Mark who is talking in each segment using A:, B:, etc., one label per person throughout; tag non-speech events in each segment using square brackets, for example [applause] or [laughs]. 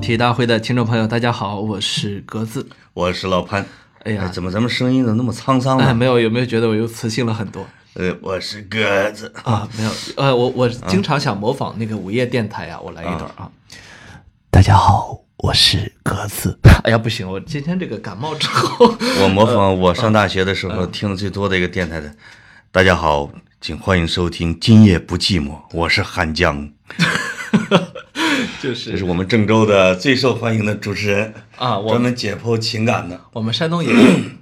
A: 体育大会的听众朋友，大家好，我是格子。
B: 我是老潘。
A: 哎呀
B: 怎么咱们声音怎么那么沧桑
A: 哎，
B: 呢？
A: 没有，有没有觉得我又磁性了很多
B: 呃，我是鸽子。
A: 啊？没有，呃，我我经常想模仿那个午夜电台啊，我来一段啊。大家好，我是格子。 [laughs] 哎呀，不行，我今天这个感冒之后，
B: 我模仿我上大学的时候
A: 嗯
B: 听的最多的一个电台的。大家好，请欢迎收听《今夜不寂寞》，我是汉江，
A: 就
B: 这
A: 是
B: 是我们郑州的最受欢迎的主持人，
A: 啊，我
B: 专门解剖情感的。
A: 我们山东也有，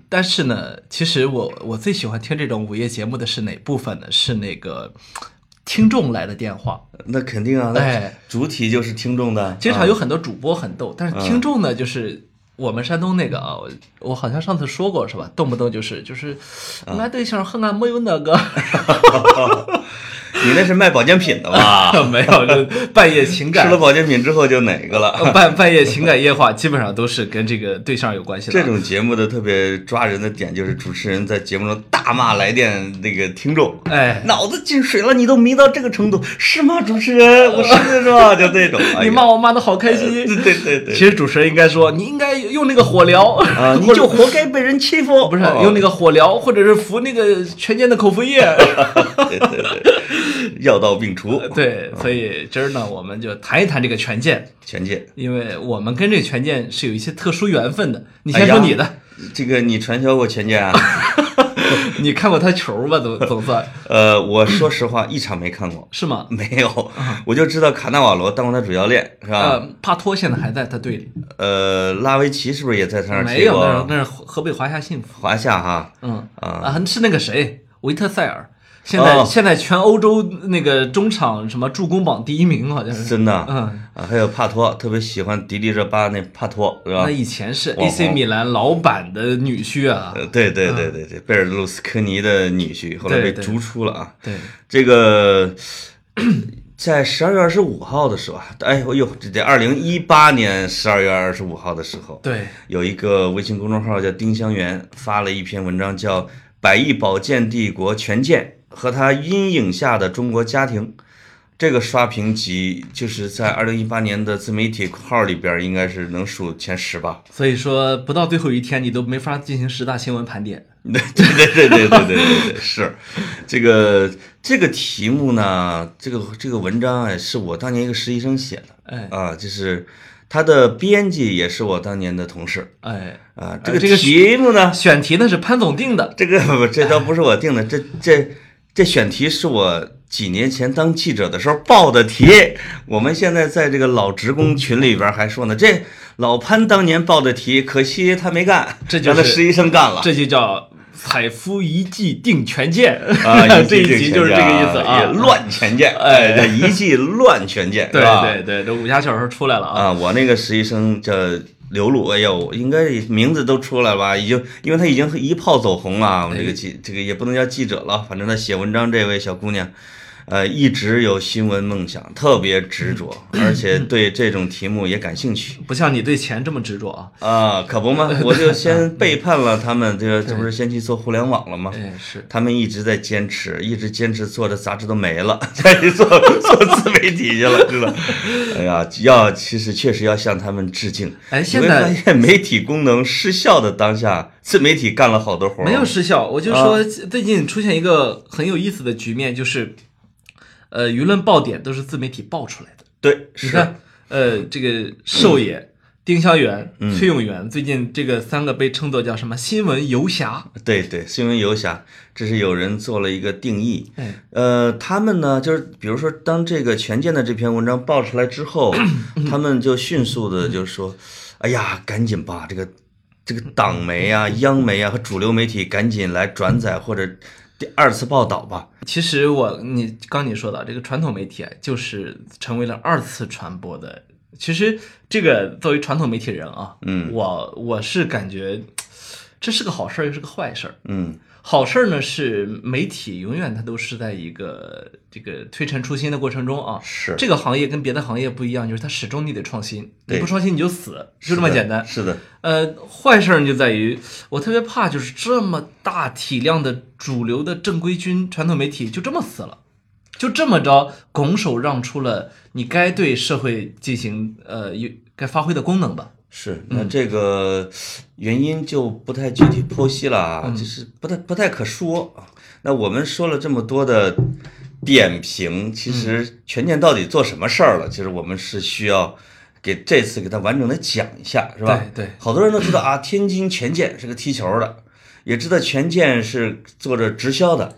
A: 但是呢，其实我我最喜欢听这种午夜节目的是哪部分呢？是那个听众来的电话。
B: 那肯定啊，那
A: 哎
B: 主体就是听众的。
A: 经常
B: 啊
A: 有很多主播很逗，但是听众呢，就是我们山东那个啊，我我好像上次说过是吧？动不动就是就是，
B: 啊
A: 俺对象和俺没有那
B: [laughs]
A: 个，
B: 你那是卖保健品的吧？
A: 没有，就半夜情 [laughs]
B: [laughs] 吃了
A: 啊感，嗯
B: 保健品之后就哪个了？
A: 半半夜情感夜话，基本上都是跟这个对象有关系的。
B: 这种节目的特别抓人的点就是主持人在节目中大骂来电那个听众，
A: 哎，
B: 脑子进水了，你都迷到这个程度，是吗？主持人，我是的是吧？就这种，哎呀
A: [laughs]
B: 呃
A: 你骂我骂的好开心。
B: [laughs] 对对对对，
A: 其实主持人应该说，你应该用那个火疗
B: [laughs] 啊，你
A: 或 [laughs] 者
B: 就活该被人欺负，
A: 不是
B: 哦
A: 用那个火疗，或者是服那个全健的口服液。 [laughs]
B: [laughs] 对对对，药到病除，
A: 对，所以今儿呢，我们就谈一谈这个权健。
B: 全界。
A: 因为我们跟这权健是有一些特殊缘分的。你
B: 哎
A: 先
B: 呀
A: 说你的， [laughs]
B: 这个你传销过全界 [laughs] 啊？
A: 你看过他球吧？总总算 [laughs]
B: 呃，我说实话，一场没看过，
A: 是吗？
B: 没有，我就知道卡纳瓦罗当过他主教练，是吧？
A: 呃，帕托现在还在他队里，
B: 呃，拉维奇是不是也在他那儿
A: 没
B: 踢
A: 有，那是
B: 过？
A: 那是河北华夏幸福，
B: 华夏哈，
A: 嗯
B: 啊，
A: 啊，是那个谁，维特塞尔，现在、
B: 哦
A: 现在全欧洲那个中场什么助攻榜第一名好像是，
B: 真的啊，
A: 嗯，
B: 还有帕托，特别喜欢迪丽热巴那帕托，是吧？
A: 那以前是
B: 网
A: AC
B: 红
A: 米兰老板的女婿啊，
B: 呃，对对对对对，贝尔鲁斯科尼的女婿，后来
A: 对
B: 被
A: 对
B: 逐出了啊。
A: 对，
B: 这个在十二月二十五号的时候啊，哎呦呦，这得二零一八年十二月二十五号的时候，
A: 对，
B: 有一个微信公众号叫丁香园发了一篇文章，叫《百亿保健帝国权健和它阴影下的中国家庭》。这个刷屏集就是在二零一八年的自媒体号里边，应该是能数前十吧。
A: 所以说不到最后一天你都没法进行十大新闻盘点，
B: 对 [laughs] 对对对对对对对，是这个这个题目呢，这个这个文章哎，是我当年一个实习生写的
A: 哎
B: 啊，就是他的编辑也是我当年的同事
A: 哎，
B: 啊。
A: 呃
B: 这个
A: 这个
B: 题目呢，
A: 选题呢是潘总定的，
B: 这个不这倒不是我定的，这这这选题是我几年前当记者的时候报的题。我们现在在这个老职工群里边还说呢，这老潘当年报的题，可惜他没干，
A: 这就是
B: 让他实习生 [laughs] 干了。
A: 这就叫采夫一计定权健，
B: 啊
A: [laughs] 这一集就是这个意思啊。
B: 乱拳剑，
A: 哎
B: 哎，叫一记乱拳剑，
A: 对
B: 是吧
A: 对对，这武侠小说出来了啊。
B: 啊，我那个实习生叫刘璐，哎呦，应该名字都出来了吧？已经，因为他已经一炮走红了。我们这
A: 哎
B: 个记，这个也不能叫记者了，反正他写文章这位小姑娘，呃，一直有新闻梦想，特别执着，而且对这种题目也感兴趣。
A: 不像你对钱这么执着啊。
B: 啊，可不嘛，我就先
A: [laughs]
B: 背叛了他们，这个这不是先去做互联网了吗？
A: 哎，是。
B: 他们一直在坚持，一直坚持做着杂志都没了， [laughs] 再去做做自媒体去了，知道？ [laughs] 哎呀，要其实确实要向他们致敬。
A: 哎，现
B: 你会发
A: 在
B: 现媒体功能失效的当下，自媒体干了好多活儿。
A: 没有失效，我就
B: 啊
A: 说最近出现一个很有意思的局面，就是，呃，舆论爆点都是自媒体爆出来的。
B: 对，
A: 你
B: 是
A: 看，呃，这个寿爷、丁香园、
B: 嗯
A: 崔永元，最近这个三个被称作叫什么新闻游侠？
B: 对对，新闻游侠，这是有人做了一个定义。
A: 哎，
B: 呃，他们呢，就是比如说，当这个权健的这篇文章爆出来
A: [clears throat]
B: 之后，他们就迅速的就说：“哎呀，赶紧吧，这个这个党媒啊、央媒啊和主流媒体赶紧来转载或者第二次报道吧。
A: 其实我你刚你说到这个传统媒体啊，就是成为了二次传播的。其实这个作为传统媒体人啊，嗯，我我是感觉这是个好事儿，又是个坏事儿。”
B: 嗯，
A: 好事儿呢是媒体永远它都是在一个这个推陈出新的过程中啊。
B: 是
A: 这个行业跟别的行业不一样，就是它始终你得创新，你
B: 对
A: 不创新你就死，就这么
B: 是的
A: 简单。
B: 是的，
A: 呃，坏事儿就在于我特别怕，就是这么大体量的主流的正规军传统媒体就这么死了。就这么着拱手让出了你该对社会进行呃有该发挥的功能吧。
B: 是，那这个原因就不太具体剖析了啊，就是不太不太可说啊。那我们说了这么多的点评，其实权健到底做什么事儿了？其实我们是需要给这次给他完整的讲一下，是吧？
A: 对对
B: 好多人都知道啊，天津权健是个踢球的，也知道权健是做着直销的。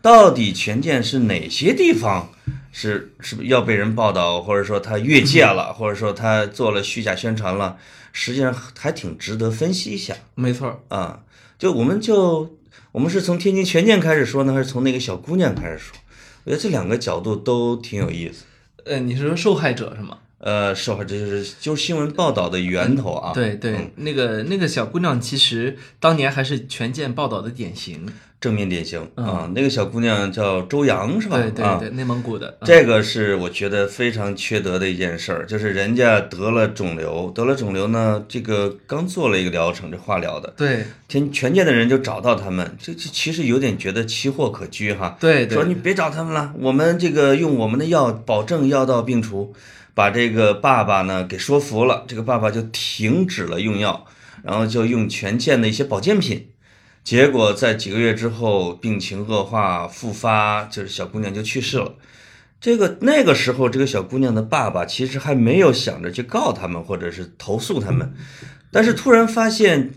B: 到底权健是哪些地方是是不是要被人报道，或者说他越界了，或者说他做了虚假宣传了？实际上还挺值得分析一下
A: 没错儿，
B: 啊。就我们就我们是从天津权健开始说呢，还是从那个小姑娘开始说？我觉得这两个角度都挺有意思。
A: 呃，你是说受害者是吗？
B: 呃，受害这就是就是新闻报道的源头啊。
A: 对对，那个那个小姑娘其实当年还是权健报道的典型，
B: 正面典型啊。那个小姑娘叫周洋是吧？
A: 嗯对嗯
B: 啊
A: 对对，内蒙古的，
B: 这个是我觉得非常缺德的一件事儿，就是人家得了肿瘤，得了肿瘤呢，这个刚做了一个疗程，这化疗的，
A: 对
B: 全全界的人就找到他们，这这其实有点觉得奇货可居哈，
A: 对
B: 说
A: 对，
B: 你别找他们了，我们这个用我们的药保证药到病除，把这个爸爸呢给说服了，这个爸爸就停止了用药，然后就用权健的一些保健品。结果在几个月之后，病情恶化复发，就是小姑娘就去世了。这个那个时候，这个小姑娘的爸爸其实还没有想着去告他们或者是投诉他们，但是突然发现，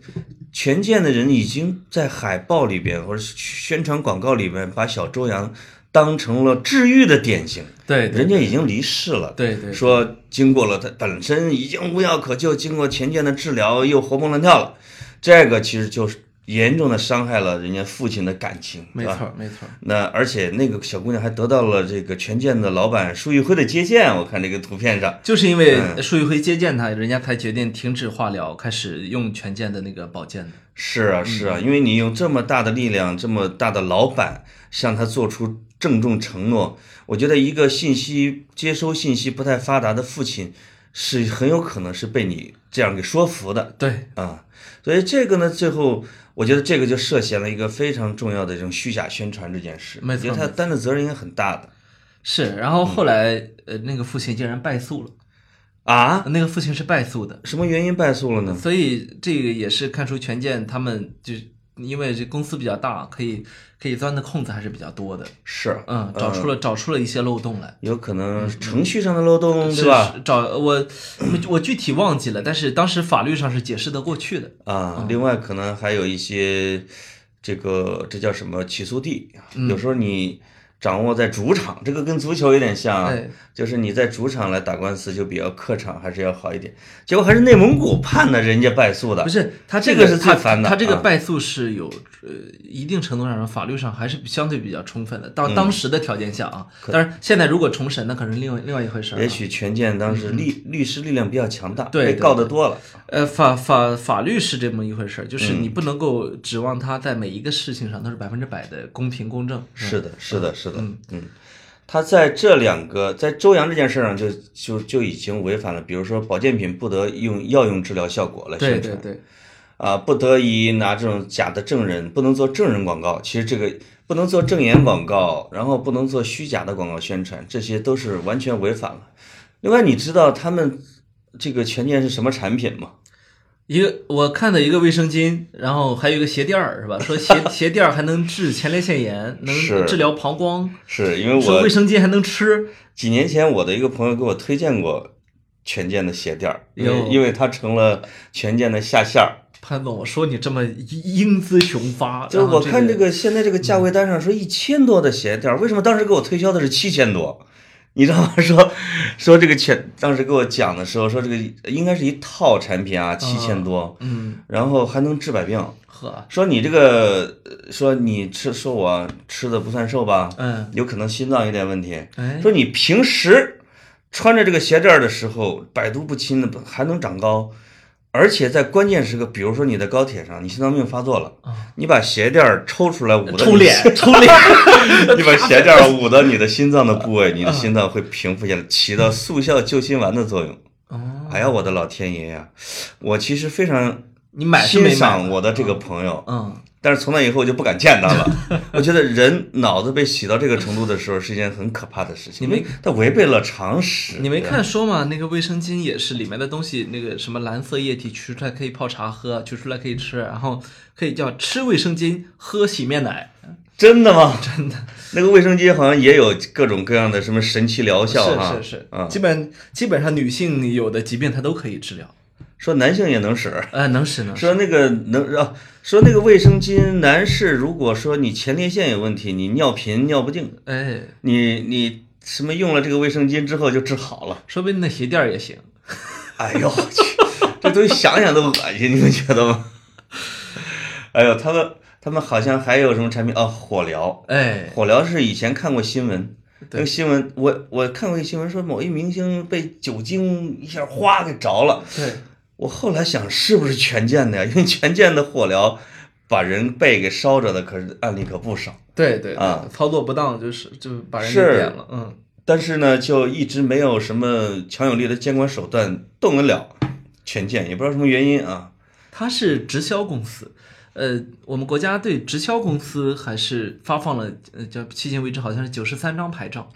B: 权健的人已经在海报里边或者是宣传广告里边把小周洋当成了治愈的典型，
A: 对对
B: 人家已经离世了。
A: 对对，
B: 说经过了他本身已经无药可救，经过前健的治疗又活蹦乱跳了，这个其实就是严重的伤害了人家父亲的感情，
A: 没
B: 是吧
A: 错儿没错儿，
B: 那而且那个小姑娘还得到了这个权健的老板舒玉辉的接见，我看这个图片上，
A: 就是因为舒玉辉接见他，人家才决定停止化疗，开始用权健的那个保健的。
B: 是
A: 嗯
B: 啊，是啊，因为你用这么大的力量，这么大的老板向他做出郑重承诺，我觉得一个信息接收信息不太发达的父亲，是很有可能是被你这样给说服的
A: 对，
B: 啊。所以这个呢，最后我觉得这个就涉嫌了一个非常重要的这种虚假宣传这件事，
A: 没
B: 我
A: 错
B: 觉得他担的责任应该很大的
A: 是，然后后来呃，那个父亲竟然败诉了，
B: 啊。
A: 那个父亲是败诉的，
B: 什么原因败诉了呢？
A: 所以这个也是看出权健他们就是因为这公司比较大，可以可以钻的空子还是比较多的，
B: 是啊，
A: 嗯，找出了找出了一些漏洞来。
B: 有可能程序上的漏洞，对
A: 嗯是
B: 嗯吧？？
A: 是找我，我具体忘记了，但是当时法律上是解释得过去的。
B: 啊，另外可能还有一些这个这叫什么起诉地，啊
A: 嗯
B: 有时候你掌握在主场，这个跟足球有点像啊
A: 对，
B: 就是你在主场来打官司就比较客场还是要好一点。结果还是内蒙古判的人家败诉的，
A: 不是他
B: 这
A: 个
B: 个是最
A: 他
B: 烦的
A: 他这个
B: 啊
A: 败诉是有呃一定程度上法律上还是相对比较充分的，
B: 嗯
A: 当当时的条件下啊，当然现在如果重审那可是另外另外一回事儿啊。
B: 也许权健当时律律师力量比较强大，
A: 嗯对
B: 被
A: 对
B: 告的多了，
A: 呃法法法律是这么一回事儿，就是
B: 嗯
A: 你不能够指望他在每一个事情上都是百分之百的公平公正。
B: 是的，是的，是的，嗯，他在这两个在周洋这件事上就就就已经违反了，比如说保健品不得用药用治疗效果来
A: 对
B: 宣传，
A: 对对，
B: 啊，不得已拿这种假的证人，不能做证人广告。其实这个不能做证言广告，然后不能做虚假的广告宣传，这些都是完全违反了。另外，你知道他们这个权健是什么产品吗？
A: 一个我看的一个卫生巾，然后还有一个鞋垫儿，是吧？说
B: [laughs]
A: 鞋鞋垫儿还能治前列腺炎，能
B: 是
A: 治疗膀胱，
B: 是因为
A: 说
B: 我
A: 卫生巾还能吃，
B: 几年前我的一个朋友给我推荐过权健的鞋垫儿，因
A: 哟
B: 为因为它成了权健的下线儿。
A: 潘总，我说你这么英姿雄发，
B: 就是
A: 然后
B: 我看啊这
A: 这
B: 个嗯现在这个价位单上说一千多的鞋垫儿，为什么当时给我推销的是七千多？你知道吗？ [laughs] 说说这个钱，当时给我讲的时候说这个应该是一套产品啊，七千多，
A: 嗯，
B: 然后还能治百病。
A: 呵，
B: 说你这个，呃说你吃，说我吃的不算瘦吧，
A: 嗯，
B: 有可能心脏有点问题。
A: 哎，
B: 说你平时穿着这个鞋垫儿的时候，百毒不侵的，还能长高，而且在关键时刻，比如说你在高铁上，你心脏病发作了，你把鞋垫儿抽出来捂到
A: 啊 [laughs] 抽脸，抽脸，
B: [laughs] 你把鞋垫儿捂到你的心脏的部
A: [laughs]
B: 位，你的心脏会平复下来，起到速效救心丸的作用。
A: 哦，
B: 哎呀，我的老天爷呀！我其实非常
A: 你买是
B: 欣
A: 没买
B: 赏
A: 呢？
B: 我的这个朋友，
A: 嗯，
B: 但是从那以后我就不敢见他了。 [laughs] 我觉得人脑子被洗到这个程度的时候，是一件很可怕的事情。
A: 你没
B: 它违背了常识。
A: 你没看说嘛？那个卫生巾也是里面的东西，那个什么蓝色液体取出来可以泡茶喝，取出来可以吃，然后可以叫吃卫生巾，喝洗面奶。
B: 真的
A: [laughs]
B: 吗？
A: 真的
B: 那个卫生巾好像也有各种各样的什么神奇疗效哈。
A: 是是嗯是，
B: 啊，
A: 基本基本上女性有的疾病它都可以治疗。
B: 说男性也能使。
A: 呃，能使能使。
B: 说那个能啊，说那个卫生巾，男士如果说你前列腺有问题，你尿频尿不尽，
A: 哎，
B: 你你什么用了这个卫生巾之后就治好了。
A: 说不定那鞋垫儿也行。
B: [laughs] 哎呦我去，这东西想想都恶心，你们觉得吗？ [laughs] 哎呦，他们他们好像还有什么产品啊？火疗，
A: 哎，
B: 火疗是以前看过新闻，那
A: 对
B: 个新闻我我看过一个新闻说某一明星被酒精一下哗给着了，
A: 对，
B: 我后来想是不是权健的呀？因为权健的火疗把人背给烧着的可是案例可不少，
A: 对对
B: 啊，
A: 操作不当就是就把人给
B: 是
A: 点了，嗯，
B: 但是呢就一直没有什么强有力的监管手段动得了权健，也不知道什么原因啊。
A: 它是直销公司，呃，我们国家对直销公司还是发放了，呃，叫迄今为止好像是九十三张牌照，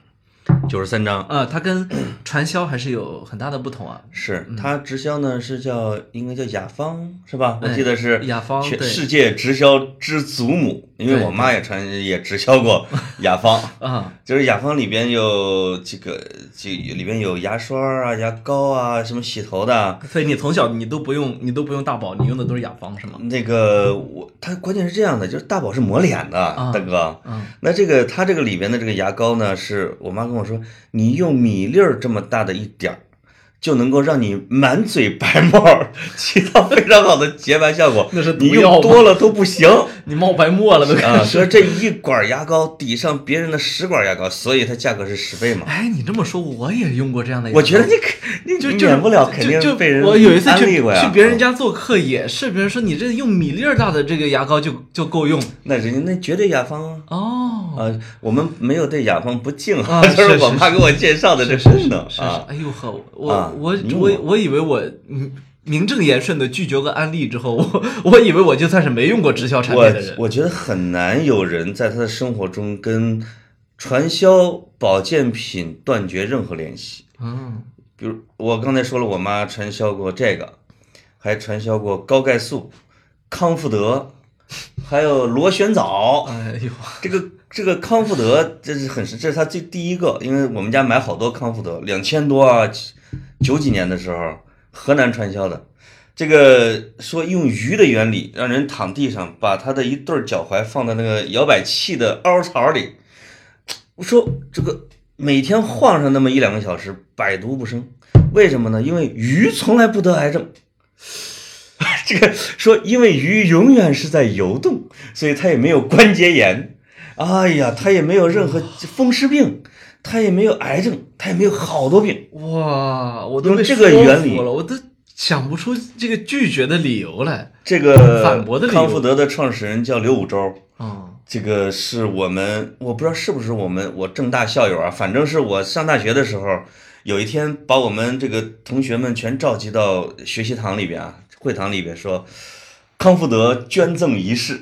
B: 九十三章
A: 啊，它跟传销还是有很大的不同啊，
B: 是它直销呢是叫应该叫雅芳是吧？我记得是
A: 哎雅芳
B: 全
A: 对
B: 世界直销之祖母，因为
A: 对
B: 我妈也传也直销
A: [laughs]
B: 过雅芳。
A: 啊，
B: 就是雅芳里边有这个，就里边有牙刷啊、牙膏啊、什么洗头的啊、
A: 所以你从小你都不用，你都不用大宝，你用的都是雅芳是吗？
B: 那个我，它关键是这样的，就是大宝是抹脸的，大哥。
A: 嗯，
B: 那这个它这个里边的这个牙膏呢，是我妈跟我说，你用米粒儿这么大的一点儿，就能够让你满嘴白沫儿，起到非常好的洁白效果。
A: 那是毒
B: 你
A: 药吗
B: 用多了都
A: [laughs]
B: 不行
A: 你冒白沫了都开
B: 啊！
A: 始。
B: 说这一管牙膏抵上别人的十管牙膏，所以它价格是十倍嘛。
A: 哎，你这么说，我也用过这样的牙膏。
B: 我觉得你肯你
A: 就就
B: 免不了肯
A: 就就
B: 定被人
A: 我有一次
B: 安
A: 去
B: 利过呀，
A: 去别人家做客也是，别人说你这用米粒儿大的这个牙膏就就够用
B: 那人家那绝对雅芳啊。
A: 哦。
B: 啊，我们没有对雅芳不敬
A: 啊
B: [laughs] 就是
A: 是
B: 我妈给我介绍的这功能
A: 是是，
B: 啊。
A: 哎呦呵，我
B: 啊
A: 我
B: 你用
A: 我
B: 过
A: 我以为我嗯名正言顺的拒绝个安利之后， [laughs] 我我以为我就算是没用过直销产品
B: 我
A: 的人，
B: 我觉得很难有人在他的生活中跟传销保健品断绝任何联系。
A: 嗯，
B: 比如我刚才说了，我妈传销过这个，还传销过高钙素、康复德，还有螺旋藻。
A: 哎呦，
B: 这个这个康复德这是很是这是他最第一个，因为我们家买好多康复德，两千多啊，九几年的时候，河南传销的。这个说用鱼的原理，让人躺地上，把他的一对儿脚踝放在那个摇摆器的凹槽里。我说这个每天晃上那么一两个小时，百毒不生。为什么呢？因为鱼从来不得癌症。 [laughs] 这个说，因为鱼永远是在游动，所以它也没有关节炎，哎呀，它也没有任
A: 哎
B: 何风湿病，它也没有癌症，它也没有好多病。
A: 哇，我都
B: 用
A: 被
B: 这个
A: 说
B: 原
A: 服
B: 理
A: 了，我都想不出这个拒绝的理由来。
B: 这个
A: 反驳的理由
B: 康复德的创始人叫刘武周，
A: 嗯，
B: 这个是我们我不知道是不是我们我正大校友啊，反正是我上大学的时候，有一天把我们这个同学们全召集到学习堂里边啊，会堂里边说，康复德捐赠仪式，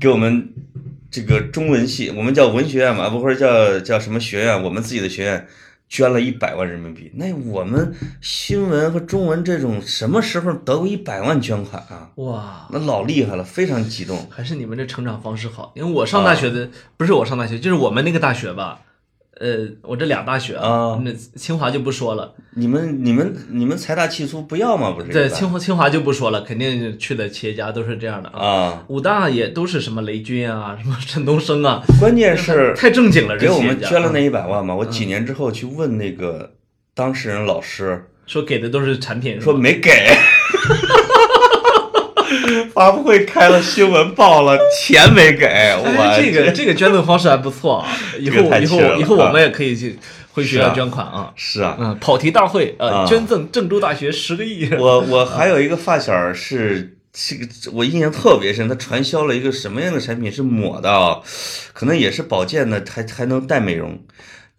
B: 给我们这个中文系，我们叫文学院嘛，不或者叫叫什么学院，我们自己的学院。捐了一百万人民币，那我们新闻和中文这种什么时候得过一百万捐款啊？
A: 哇，
B: 那老厉害了，非常激动。
A: 还是你们这成长方式好，因为我上大学
B: 啊
A: 的、不是我上大学，就是我们那个大学吧。呃，我这俩大学
B: 啊
A: 那清华就不说了，
B: 你们你们你们财大气粗，不要吗？不是
A: 对
B: 一般
A: 清华清华就不说了，肯定去的企业家都是这样的啊。
B: 啊，
A: 武大也都是什么雷军啊，什么陈东升啊，
B: 关键是
A: 太正经了。
B: 给我们
A: 这些
B: 捐
A: 人家
B: 了
A: 嗯
B: 那一百万嘛。我几年之后去问那个当事人老师，
A: 说给的都是产品，
B: 说没
A: [laughs]
B: 给。发布会开了，新闻报了，钱没给，我
A: 哎这个这个捐赠方式还不错
B: [laughs]
A: 啊，以
B: 这个
A: 后
B: 太
A: 以后
B: 缺了
A: 以后
B: 啊
A: 我们也可以去回学
B: 是
A: 校
B: 啊
A: 捐款啊。
B: 是啊，
A: 嗯，跑题大会，呃，
B: 啊
A: 捐赠郑州大学十个亿。
B: 我我还有一个发小儿是这个，我印象特别深，他传销了一个什么样的产品是抹的啊？可能也是保健的，还还能带美容。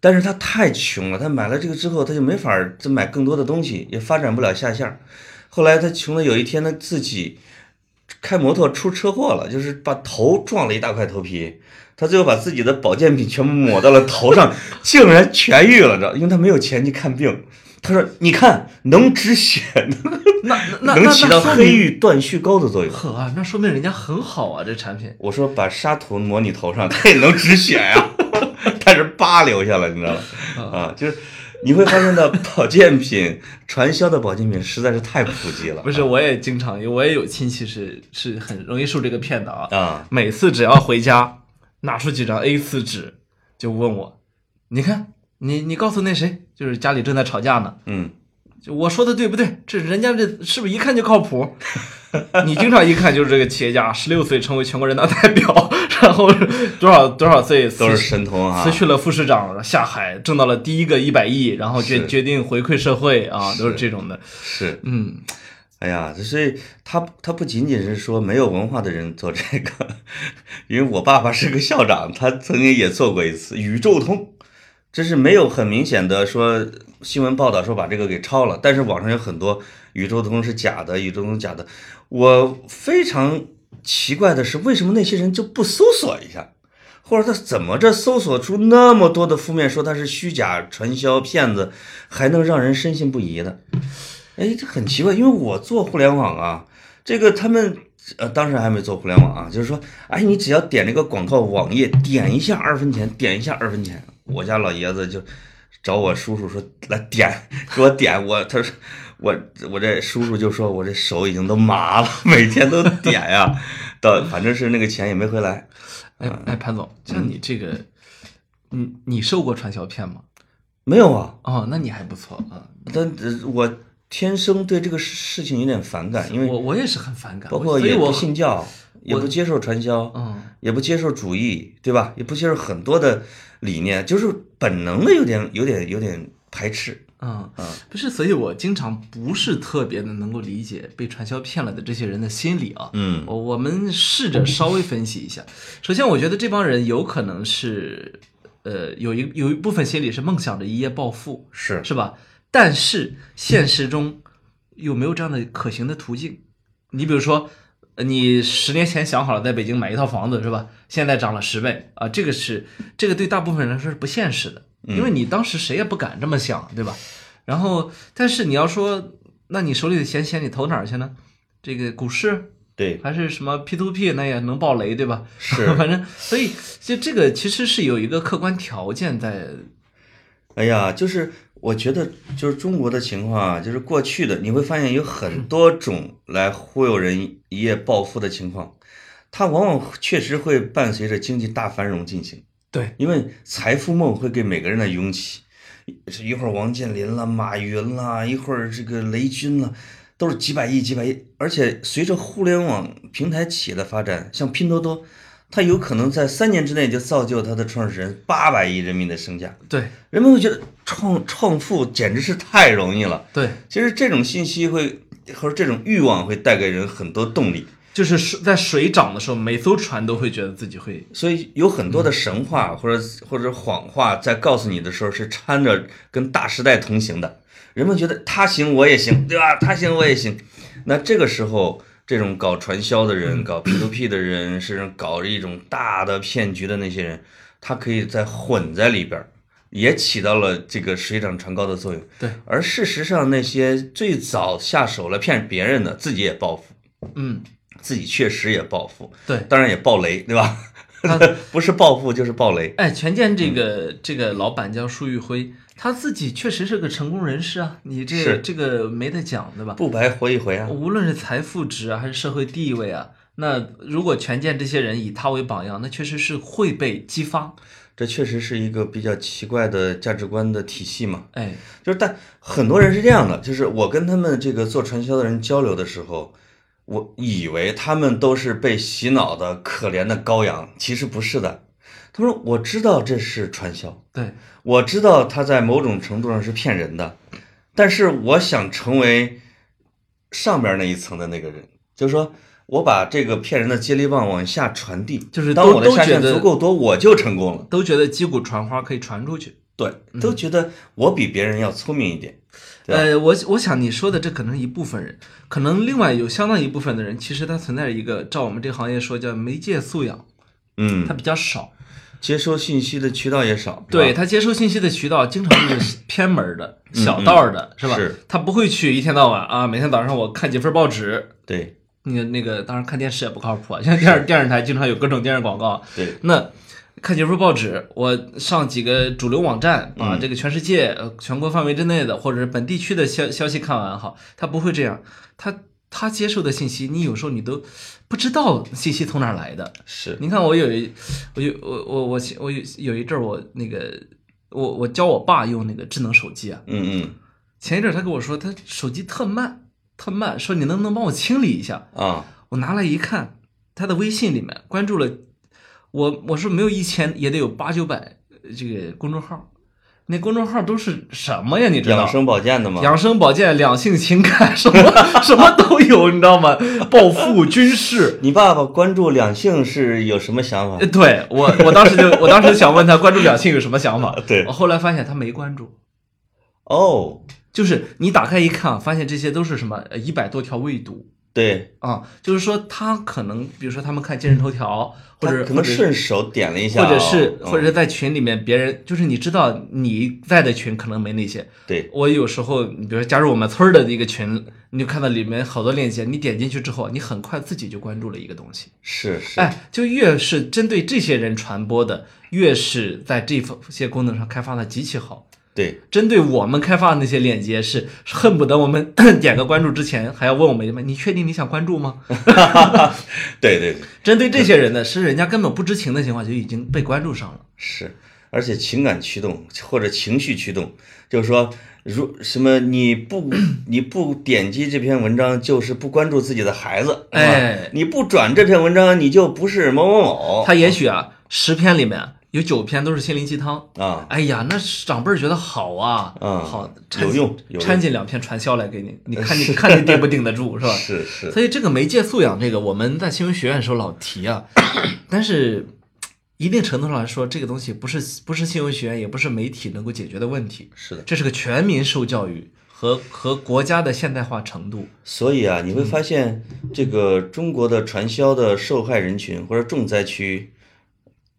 B: 但是他太穷了，他买了这个之后，他就没法儿再买更多的东西，也发展不了下线儿。后来他穷的有一天，他自己开摩托出车祸了，就是把头撞了一大块头皮，他最后把自己的保健品全部抹到了头上， [laughs] 竟然痊愈了，知道？因为他没有钱去看病。他说：“你看，能止血，
A: [laughs] 那那那
B: 能起到
A: 那说
B: 黑玉断续膏的作用。
A: 呵啊，那说明人家很好啊，这产品”。
B: 我说：“把沙土抹你头上，它也能止血呀、但是疤留下了，你知道吗？啊，就是你会发现到保健品传销的保健品实在是太普及了。
A: 不是，我也经常，我也有亲戚是是很容易受这个骗的啊。
B: 啊，
A: 每次只要回家，拿出几张 A 4纸，就问我，你看，你你告诉那谁，就是家里正在吵架呢，
B: 嗯，
A: 就我说的对不对？这人家这是不是一看就靠谱？ [laughs] 你经常一看就是这个企业家，十六岁成为全国人大代表， [laughs] 然后多少多少岁辞
B: 都是神童啊
A: 辞。去了副市长，下海挣到了第一个一百亿，然后决
B: 是决
A: 决定回馈社会啊，
B: 是
A: 都
B: 都是
A: 是这种的。
B: 是，
A: 嗯，
B: 哎呀，所以他他不仅仅是说没有文化的人做这个，因为我爸爸是个校长，他曾经也做过一次宇宙通，这是没有很明显的说新闻报道说把这个给抄了，但是网上有很多宇宙通是假的，宇宙通假的。我非常奇怪的是，为什么那些人就不搜索一下，或者他怎么着搜索出那么多的负面，说他是虚假传销骗子，还能让人深信不疑的？哎，这很奇怪，因为我做互联网啊，这个他们呃当时还没做互联网啊，就是说，哎，你只要点这个广告网页，点一下二分钱，点一下二分钱，我家老爷子就找我叔叔说来点，给我点，我他说我我这叔叔就说我这手已经都麻了，每天都点呀、到反正是那个钱也没回来，
A: 哎哎，潘总，像你这个，你你受过传销骗吗？
B: 没有啊，
A: 哦，那你还不错啊。
B: 但呃我天生对这个事情有点反感，因为
A: 我我也是很反感，
B: 包
A: 我
B: 括
A: 所以
B: 也
A: 我
B: 不信教，也
A: 我
B: 不接受传销，
A: 嗯
B: 也不接受主义，对吧？也不接受很多的理念，就是本能的有点、有点、有点排斥。
A: 嗯，不是，所以我经常不是特别的能够理解被传销骗了的这些人的心理啊。
B: 嗯
A: 我我们试着稍微分析一下。首先，我觉得这帮人有可能是，呃，有一有一部分心理是梦想着一夜暴富，
B: 是
A: 是吧？但是现实中有没有这样的可行的途径？你比如说，呃你十年前想好了在北京买一套房子是吧？现在涨了十倍啊，这个是这个对大部分人来说是不现实的，因为你当时谁也不敢这么想，对吧？然后，但是你要说，那你手里的闲钱你投哪儿去呢？这个股市
B: 对，
A: 还是什么 P to P，那也能爆雷，对吧？
B: 是
A: [laughs] 反正所以就这个其实是有一个客观条件在，
B: 哎呀，就是我觉得就是中国的情况啊，就是过去的你会发现有很多种来忽悠人一夜暴富的情况，它往往确实会伴随着经济大繁荣进行。
A: 对，
B: 因为财富梦会给每个人的涌起，这一会儿王健林啦、马云啦，一会儿这个雷军啦，都是几百亿、几百亿。而且随着互联网平台企业的发展，像拼多多，它有可能在三年之内就造就它的创始人八百亿人民币的身价。
A: 对
B: 人们会觉得创创富简直是太容易了。
A: 对，
B: 其实这种信息会和这种欲望会带给人很多动力。
A: 就是水在水涨的时候，每艘船都会觉得自己会，
B: 所以有很多的神话或者或者谎话，在告诉你的时候是掺着跟大时代同行的。人们觉得他行我也行，对吧？他行我也行。那这个时候，这种搞传销的人、搞 P to P 的人，甚至搞一种大的骗局的那些人，他可以在混在里边儿，也起到了这个水涨船高的作用。
A: 对，
B: 而事实上，那些最早下手来骗别人的，自己也暴富，
A: 嗯，
B: 自己确实也暴富，
A: 对。
B: 当然也暴雷，对吧？ [laughs] 不是暴富就是暴雷。
A: 哎，权健这个、
B: 嗯
A: 这个老板叫舒玉辉，他自己确实是个成功人士啊，你这
B: 是
A: 这个没得讲，对吧？
B: 不白活一回啊！
A: 无论是财富值啊，还是社会地位啊，那如果权健这些人以他为榜样，那确实是会被激发。
B: 这确实是一个比较奇怪的价值观的体系嘛。
A: 哎，
B: 就是，但很多人是这样的，就是我跟他们这个做传销的人交流的时候，我以为他们都是被洗脑的可怜的羔羊，其实不是的。他们说我知道这是传销，
A: 对，
B: 我知道他在某种程度上是骗人的，但是我想成为上边那一层的那个人，就是说我把这个骗人的接力棒往下传递，
A: 就是
B: 当
A: 都
B: 我的
A: 都
B: 下
A: 觉
B: 线
A: 得
B: 足够多，我就成功了。
A: 都觉得击鼓传花可以传出去。
B: 对，都觉得我比别人要聪明一点。对啊吧
A: 呃，我我想你说的这可能是一部分人，可能另外有相当一部分的人，其实他存在一个照我们这个行业说叫媒介素养，他
B: 嗯，
A: 比较少，
B: 接收信息的渠道也少，是
A: 对
B: 吧，嗯
A: 他接收信息的渠道经常就是偏门儿的、小道儿的，是吧？
B: 是
A: 他不会去一天到晚啊，每天早上我看几份报纸，
B: 对
A: 那个那个，当然看电视也不靠谱啊，像电视电视台经常有各种电视广告，
B: 对，
A: 那看几份报纸，我上几个主流网站，把这个全世界、呃全国范围之内的或者是本地区的消消息看完哈。他不会这样，他他接受的信息，你有时候你都不知道信息从哪儿来的。
B: 是，
A: 你看我有一，我有我我我我有有一阵儿我那个我我教我爸用那个智能手机啊，
B: 嗯嗯
A: 前一阵儿他跟我说他手机特慢特慢，说你能不能帮我清理一下？
B: 啊，
A: 我拿来一看，他的微信里面关注了我，我说没有一千也得有八九百呃这个公众号，那公众号都是什么呀？你知道？
B: 养生保健的嘛，
A: 养生保健、两性情感，什么 [laughs] 什么都有，你知道吗？暴富、军事。
B: 你爸爸关注两性是有什么想法。
A: 呃？对我，我当时就，我当时想问他关注两性有什么想法
B: 对
A: 我后来发现他没关注，
B: 哦，
A: 就是你打开一看，啊发现这些都是什么一百多条未读
B: 对，
A: 啊，就是说他可能，比如说他们看今日头条，或
B: 他
A: 者
B: 可
A: 或
B: 能
A: 者
B: 顺手点了一下
A: 或
B: 哦，
A: 者是或者
B: 嗯
A: 是在群里面，别人就是你知道你在的群可能没那些。
B: 对，
A: 我有时候，你比如说加入我们村儿的一个群，你就看到里面好多链接，你点进去之后，你很快自己就关注了一个东西。
B: 是是，
A: 哎，就越是针对这些人传播的，越是在这方些功能上开发的极其好。
B: 对，
A: 针对我们开发的那些链接，是恨不得我们 [coughs] 点个关注之前还要问我们一遍：你确定你想关注吗？
B: 对对对，
A: 针对这些人呢，是人家根本不知情的情况下就已经被关注上了。
B: 是，而且情感驱动或者情绪驱动，就是说，如什么你不你不点击这篇文章，就是不关注自己的孩子，是吧
A: 哎
B: 你不转这篇文章，你就不是某某某，
A: 他也许啊，十篇里面有九篇都是心灵鸡汤。
B: 啊，
A: 哎呀，那是长辈儿觉得好啊，
B: 嗯
A: 好
B: 有用有用
A: 掺进两篇传销来给你，你
B: [laughs]
A: 看你看你顶不顶得住是吧？
B: 是是，
A: 所以这个媒介素养，这个我们在新闻学院的时候老提啊， [coughs] 但是一定程度上来说，这个东西不是不是新闻学院，也不是媒体能够解决的问题，
B: 是的。
A: 这是个全民受教育和和国家的现代化程度。
B: 所以啊，你
A: 嗯
B: 会发现这个中国的传销的受害人群或者重灾区，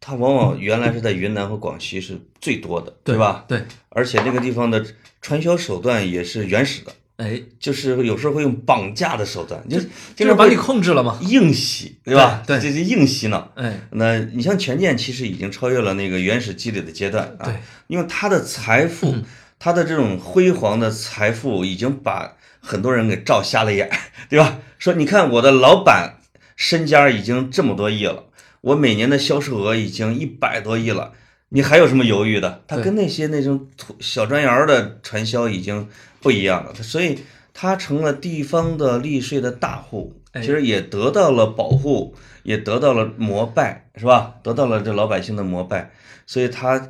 B: 它往往原来是在云南和广西是最多的，对吧？
A: 对，
B: 而且那个地方的传销手段也是原始的，
A: 哎，
B: 就是有时候会用绑架的手段，就是
A: 就是
B: 经常
A: 把
B: 会
A: 你控制了嘛。
B: 硬洗，对吧？
A: 对
B: 这是硬洗脑。
A: 哎，
B: 那你像权健，其实已经超越了那个原始积累的阶段啊，
A: 对，嗯
B: 因为他的财富，他的这种辉煌的财富，已经把很多人给照瞎了眼，对吧？说你看我的老板身家已经这么多亿了，我每年的销售额已经一百多亿了，你还有什么犹豫的？他
A: 对
B: 跟那些那种土小砖窑的传销已经不一样了，他所以他成了地方的利税的大户，
A: 哎
B: 其实也得到了保护，也得到了膜拜，是吧？得到了这老百姓的膜拜，所以他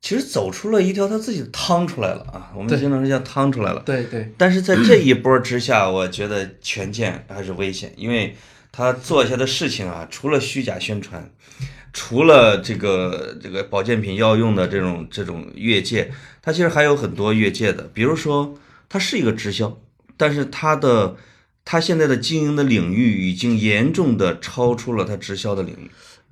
B: 其实走出了一条他自己的趟出来了啊，我们
A: 对
B: 经常说叫趟出来了。
A: 对对，
B: 但是在这一波之下， [clears throat] 我觉得权健还是危险，因为他做下的事情啊，除了虚假宣传，除了这个这个保健品药用的这种这种越界，他其实还有很多越界的，比如说他是一个直销，但是他的他现在的经营的领域已经严重的超出了他直销的领域。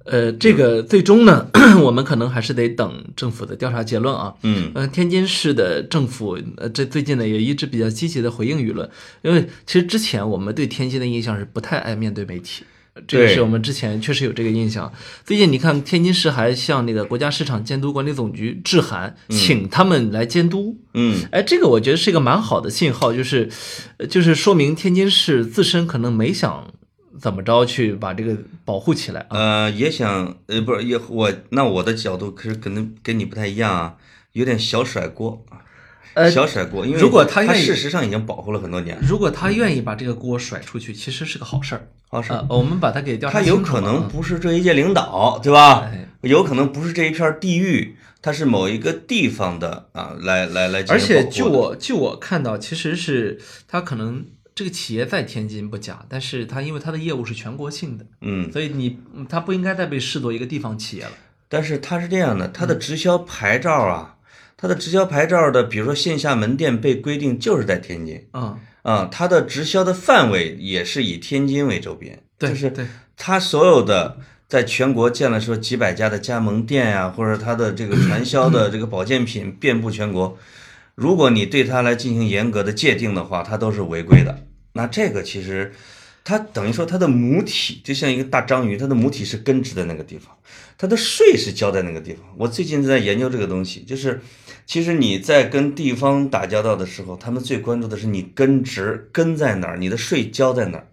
A: 呃，这个最终呢， [coughs] 我们可能还是得等政府的调查结论啊。
B: 嗯，
A: 呃，天津市的政府，呃，这最近呢也一直比较积极的回应舆论，因为其实之前我们对天津的印象是不太爱面对媒体，呃这个
B: 对
A: 是我们之前确实有这个印象。最近你看，天津市还向那个国家市场监督管理总局致函，请他们来监督。
B: 嗯，
A: 哎，这个我觉得是一个蛮好的信号，就是，呃就是说明天津市自身可能没想怎么着去把这个保护起来啊。
B: 呃，也想，呃，不是，也我那我的角度可是可能跟你不太一样啊，有点小甩锅，
A: 呃
B: 小甩锅，因为
A: 如果他
B: 他
A: 愿意
B: 事实上已经保护了很多年了，
A: 如果他愿意把这个锅甩出去，其实是个好事儿。
B: 好是
A: 呃，我们把他给调查
B: 他
A: 清
B: 有
A: 楚
B: 可
A: 嘛
B: 能
A: 啊
B: 不是这一届领导，对吧
A: 哎？
B: 有可能不是这一片地域，他是某一个地方的啊，来来来进
A: 而
B: 行保护的，
A: 且据我据我看到，其实是他可能这个企业在天津不假，但是他因为他的业务是全国性的，
B: 嗯，
A: 所以你嗯他不应该再被视作一个地方企业了。嗯
B: 但是他是这样的，他的直销牌照啊，它的直销牌照的，比如说线下门店被规定就是在天津
A: 嗯，
B: 啊、它的直销的范围也是以天津为周边，
A: 对，
B: 就是
A: 对，
B: 它所有的在全国建了说几百家的加盟店呀、或者它的这个传销的这个保健品遍布全国，如果你对它来进行严格的界定的话，它都是违规的。那这个其实，它等于说它的母体就像一个大章鱼，它的母体是根植在那个地方，它的税是交在那个地方。我最近在研究这个东西，就是其实你在跟地方打交道的时候，他们最关注的是你根植根在哪儿，你的税交在哪儿。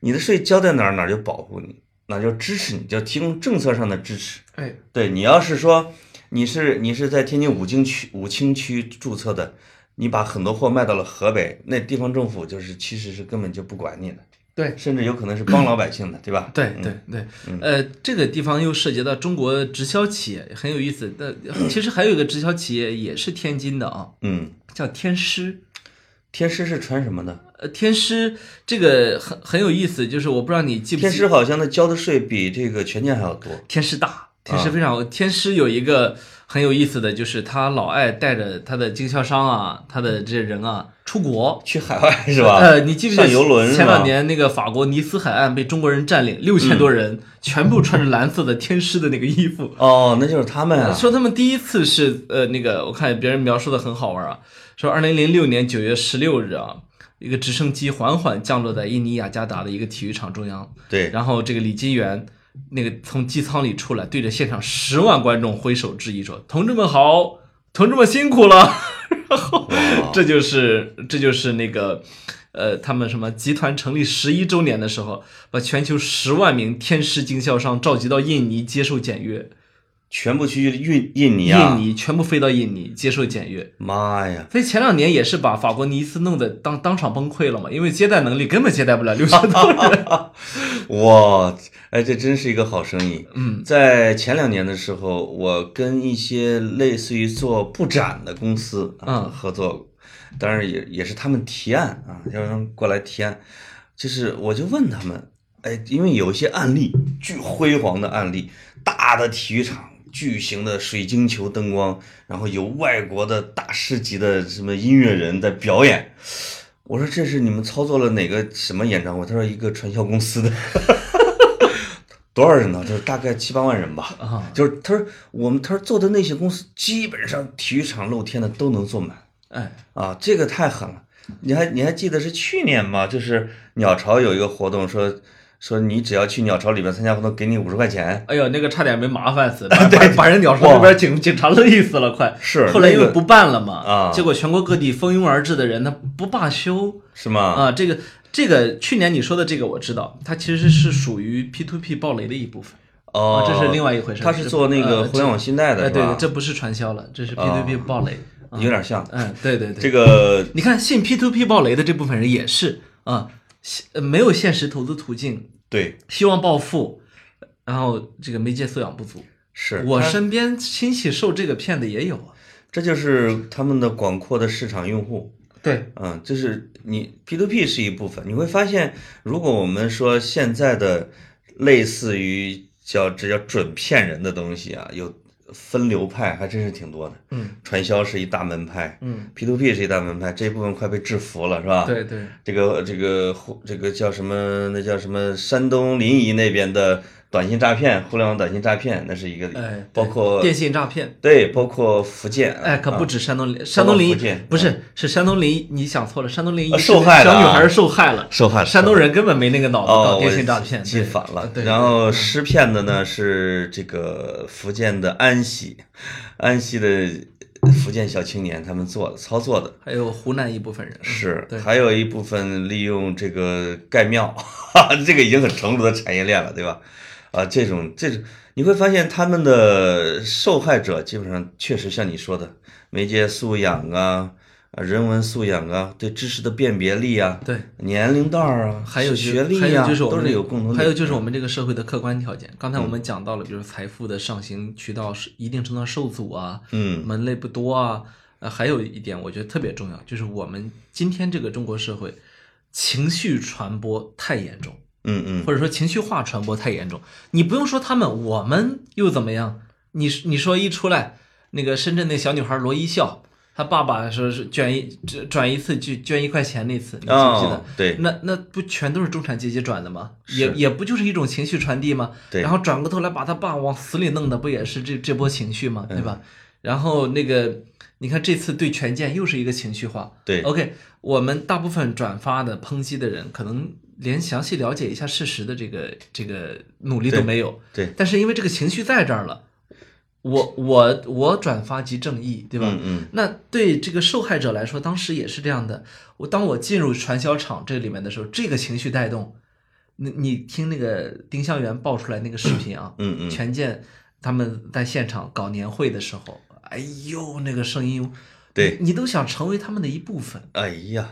B: 你的税交在哪儿，哪儿就保护你，哪儿就支持你，就提供政策上的支持。
A: 哎，
B: 对你要是说你是你是在天津武清区武清区注册的，你把很多货卖到了河北，那地方政府就是其实是根本就不管你的，
A: 对，
B: 甚至有可能是帮老百姓的，对 [coughs] 吧？嗯
A: 对对对，呃，这个地方又涉及到中国直销企业，很有意思。但其实还有一个直销企业也是天津的啊，
B: 嗯，
A: 叫天狮。
B: 天师是传什么的？
A: 呃，天狮这个很很有意思，就是我不知道你记不记
B: 天师好像他交的税比这个全健还要多。
A: 天师大，天
B: 啊
A: 师非常，天师有一个很有意思的，就是他老爱带着他的经销商啊，他的这些人啊出国。
B: 去海外是吧？
A: 呃，你记不记得
B: 啊上游轮是
A: 前两
B: 吧？
A: 年那个法国尼斯海岸被中国人占领，六千多人、
B: 嗯
A: 全部穿着蓝色的天师的那个衣服，
B: 哦，那就是他 [laughs] 们啊。
A: 说他们第一次是呃那个，我看别人描述的很好玩啊，说二零零六年九月十六日啊，一个直升机缓缓降落在印尼雅加达的一个体育场中央，
B: 对，
A: 然后这个李金元那个从机舱里出来，对着现场十万观众挥手致意说：“同志们好，同志们辛苦了。” [laughs] 然后
B: 哇
A: 这就是这就是那个。呃，他们什么集团成立十一周年的时候，把全球十万名天师经销商召集到印尼接受检阅，
B: 全部去印印尼啊！
A: 印尼全部飞到印尼接受检阅。
B: 妈呀！
A: 所以前两年也是把法国尼斯弄得当当场崩溃了嘛，因为接待能力根本接待不了六千多人。 [laughs]
B: [laughs] 哇，哎，这真是一个好生意。嗯，在前两年的时候，我跟一些类似于做布展的公司啊、
A: 嗯
B: 合作，当然也也是他们提案啊，让他们过来提案，就是我就问他们，哎，因为有一些案例巨辉煌的案例，大的体育场。巨型的水晶球灯光，然后有外国的大师级的什么音乐人在表演，我说这是你们操作了哪个什么演唱会？他说一个传销公司的， [laughs] 多少人呢？就是大概七八万人吧。
A: 啊
B: 就是他说我们他说做的那些公司，基本上体育场露天的都能坐满
A: 哎，
B: 啊，这个太狠了。你还你还记得是去年吧？就是鸟巢有一个活动说。说你只要去鸟巢里边参加活动，给你五十块钱。
A: 哎呦，那个差点没麻烦
B: [laughs]
A: 死，把把把人鸟巢那边警警察累死了，快。
B: 是
A: 后来因
B: 那
A: 为
B: 个
A: 不办了嘛，
B: 啊
A: 结果全国各地蜂拥而至的人他不罢休
B: 是吗？
A: 啊。这个这个去年你说的这个我知道，它其实是属于 P to P 暴雷的一部分
B: 哦
A: 啊，，这是另外一回事。
B: 他是做那个
A: 呃
B: 互联网信贷的
A: 哎，
B: 是吧？
A: 对，这不是传销了，这是 P to P 暴雷。
B: 有点像。
A: 嗯，对对对，
B: 这个
A: 你看信 P to P 暴雷的这部分人也是啊，现呃没有现实投资途径，
B: 对
A: 希望暴富，然后这个媒介素养不足。
B: 是
A: 我
B: 他
A: 身边亲戚受这个骗的也有啊。
B: 这就是他们的广阔的市场用户。
A: 对，
B: 嗯，就是你 P to P 是一部分，你会发现，如果我们说现在的类似于叫这叫准骗人的东西啊，有分流派还真是挺多的。
A: 嗯，
B: 传销是一大门派，
A: 嗯，
B: ，P to P 是一大门派，这一部分快被制服了，是吧？。
A: 对对，
B: 这个这个互这个叫什么？那叫什么？山东临沂那边的短信诈骗，互联网短信诈骗，那是一个，
A: 哎，对
B: 包括
A: 电信诈骗。
B: 对，包括福建啊，
A: 哎，可不
B: 啊
A: 止山东临，山东临
B: 包括福建嗯
A: 不是是山东临，你想错了，山东临沂
B: 啊受害了
A: 小
B: 啊
A: 女孩受害了，
B: 受害了
A: 山东人根本没那个脑子
B: 哦，
A: 搞
B: 我
A: 电信诈骗，
B: 记
A: 对啊
B: 反了。
A: 对，
B: 然后尸骗的呢是这个福建的安溪，安溪的福建小青年他们做的操作的。
A: 还有湖南一部分人
B: 是
A: 嗯对，
B: 还有一部分利用这个盖庙， [laughs] 哈哈，这个已经很成熟的产业链了，对吧？啊，这种这种，你会发现他们的受害者基本上确实像你说的，媒介素养啊，啊人文素养啊，对知识的辨别力啊，
A: 对。
B: 年龄段儿啊，
A: 嗯还有就
B: 学历
A: 还
B: 呀、
A: 有就是我
B: 都
A: 们
B: 是有共同点。嗯
A: 还有就是我们这个社会的客观条件。刚才我们讲到了，比如财富的上行渠道是一定程度上受阻啊，
B: 嗯，
A: 门类不多啊。呃，还有一点我觉得特别重要，就是我们今天这个中国社会，情绪传播太严重，
B: 嗯嗯，
A: 或者说情绪化传播太严重。你不用说他们，我们又怎么样？你你说一出来，那个深圳那小女孩罗一笑，她爸爸说是捐一转一次去捐一块钱那次，你记不记得？
B: 哦，对，
A: 那那不全都是中产阶级转的吗？
B: 是
A: 也也不就是一种情绪传递吗？
B: 对
A: 然后转过头来把他爸往死里弄的，不也是这这波情绪吗？
B: 嗯
A: 对吧？然后那个，你看这次对权健又是一个情绪化。
B: 对
A: OK，我们大部分转发的抨击的人，可能连详细了解一下事实的这个这个努力都
B: 对
A: 没有。
B: 对，
A: 但是因为这个情绪在这儿了，我我我转发即正义，对吧？
B: 嗯嗯，
A: 那对这个受害者来说，当时也是这样的。我当我进入传销场这里面的时候，这个情绪带动，你你听那个丁香园爆出来那个视频啊，
B: 嗯嗯
A: 权健他们在现场搞年会的时候，哎呦那个声音，
B: 对
A: 你你都想成为他们的一部分，
B: 哎呀，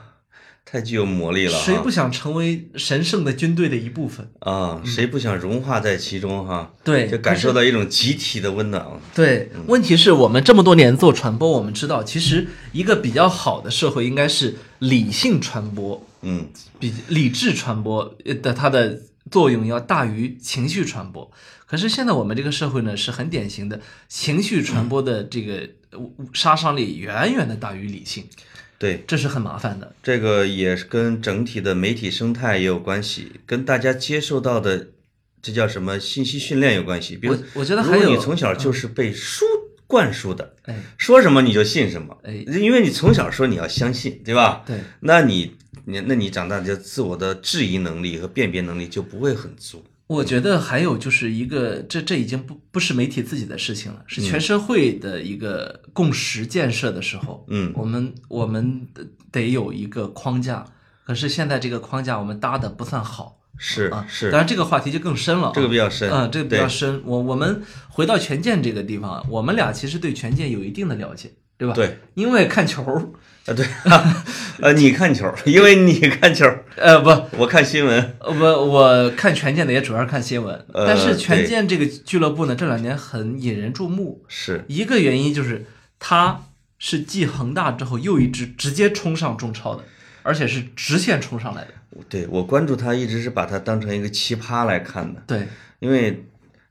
B: 太具有魔力了，
A: 谁
B: 哈
A: 不想成为神圣的军队的一部分？
B: 啊？谁不想融化在其中哈？
A: 嗯对，
B: 就感
A: 可是
B: 受到一嗯种集体的温暖。
A: 对，问题是我们这么多年做传播，我们知道，其实一个比较好的社会应该是理性传播，
B: 嗯，
A: 比理智传播呃的它的作用要大于情绪传播。可是现在我们这个社会呢，是很典型的情绪传播的这个呃杀伤力远远的大于理性，
B: 对，
A: 这是很麻烦的。
B: 这个也是跟整体的媒体生态也有关系，跟大家接受到的这叫什么信息训练有关系。比如，
A: 我我觉得
B: 如
A: 还
B: 果你
A: 有嗯
B: 从小就是被输灌输的，
A: 哎，
B: 说什么你就信什么，
A: 哎
B: 因为你从小说你要相信，对吧？
A: 对，
B: 那你你那你长大就自我的质疑能力和辨别能力就不会很足。
A: 我觉得还有就是一个，这这已经不不是媒体自己的事情了，是
B: 嗯
A: 全社会的一个共识建设的时候，
B: 嗯
A: 我们我们得得有一个框架，可是现在这个框架我们搭的不算好
B: 是
A: 啊。
B: 是
A: 当，然这个话题就更深了啊、
B: 这个比较深。
A: 嗯，这个比较
B: 对
A: 深。我我们回到权健这个地方，啊我们俩其实对权健有一定的了解，对吧？，
B: 对
A: 因为看球儿，
B: 啊对， [laughs] 呃，你看球，因为你看球，
A: 呃，不，
B: 我看新闻。
A: 我我看权健的也主要是看新闻，
B: 呃
A: 但是权
B: 对
A: 健这个俱乐部呢，这两年很引人注目。
B: 是
A: 一个原因就是他是继恒大之后又一支直接冲上中超的，而且是直线冲上来的。
B: 对我关注他，一直是把他当成一个奇葩来看的，
A: 对，
B: 因为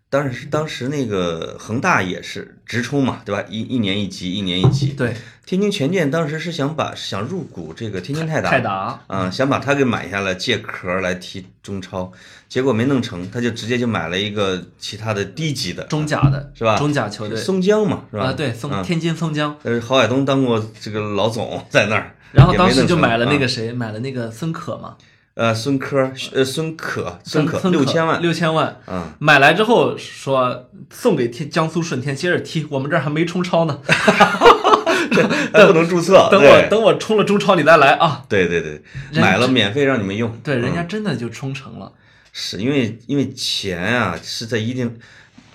B: 当时当时那个恒大也是直冲嘛，对吧？一一年一级，一年一级。
A: 对，
B: 天津权健当时是想把想入股这个天津泰达，
A: 泰达
B: 啊、想把他给买下来，借壳来踢中超，结果没弄成，他就直接就买了一个其他的低级的，
A: 中甲的
B: 是吧
A: 中甲球队
B: 松江嘛，是吧？
A: 啊，对，松
B: 嗯
A: 天津松江。
B: 但是郝海东当过这个老总在那儿，
A: [laughs] 然后
B: 也没
A: 当时
B: 弄
A: 就
B: 成
A: 买了那
B: 啊
A: 个谁，买了那个孙可嘛，
B: 呃孙科呃孙可孙可
A: 孙
B: 六千万
A: 六 [laughs] 千万，
B: 啊。
A: 买来之后说送给天江苏舜天，接着踢，我们这儿还没冲超呢，
B: 哎还不能注册。
A: 等
B: 对
A: 我等我冲了中超你再来啊。
B: 对对对，
A: 人
B: 买了免费让你们用。
A: 对，人
B: 嗯
A: 家真的就冲成了，
B: 是因为因为钱啊是在一定，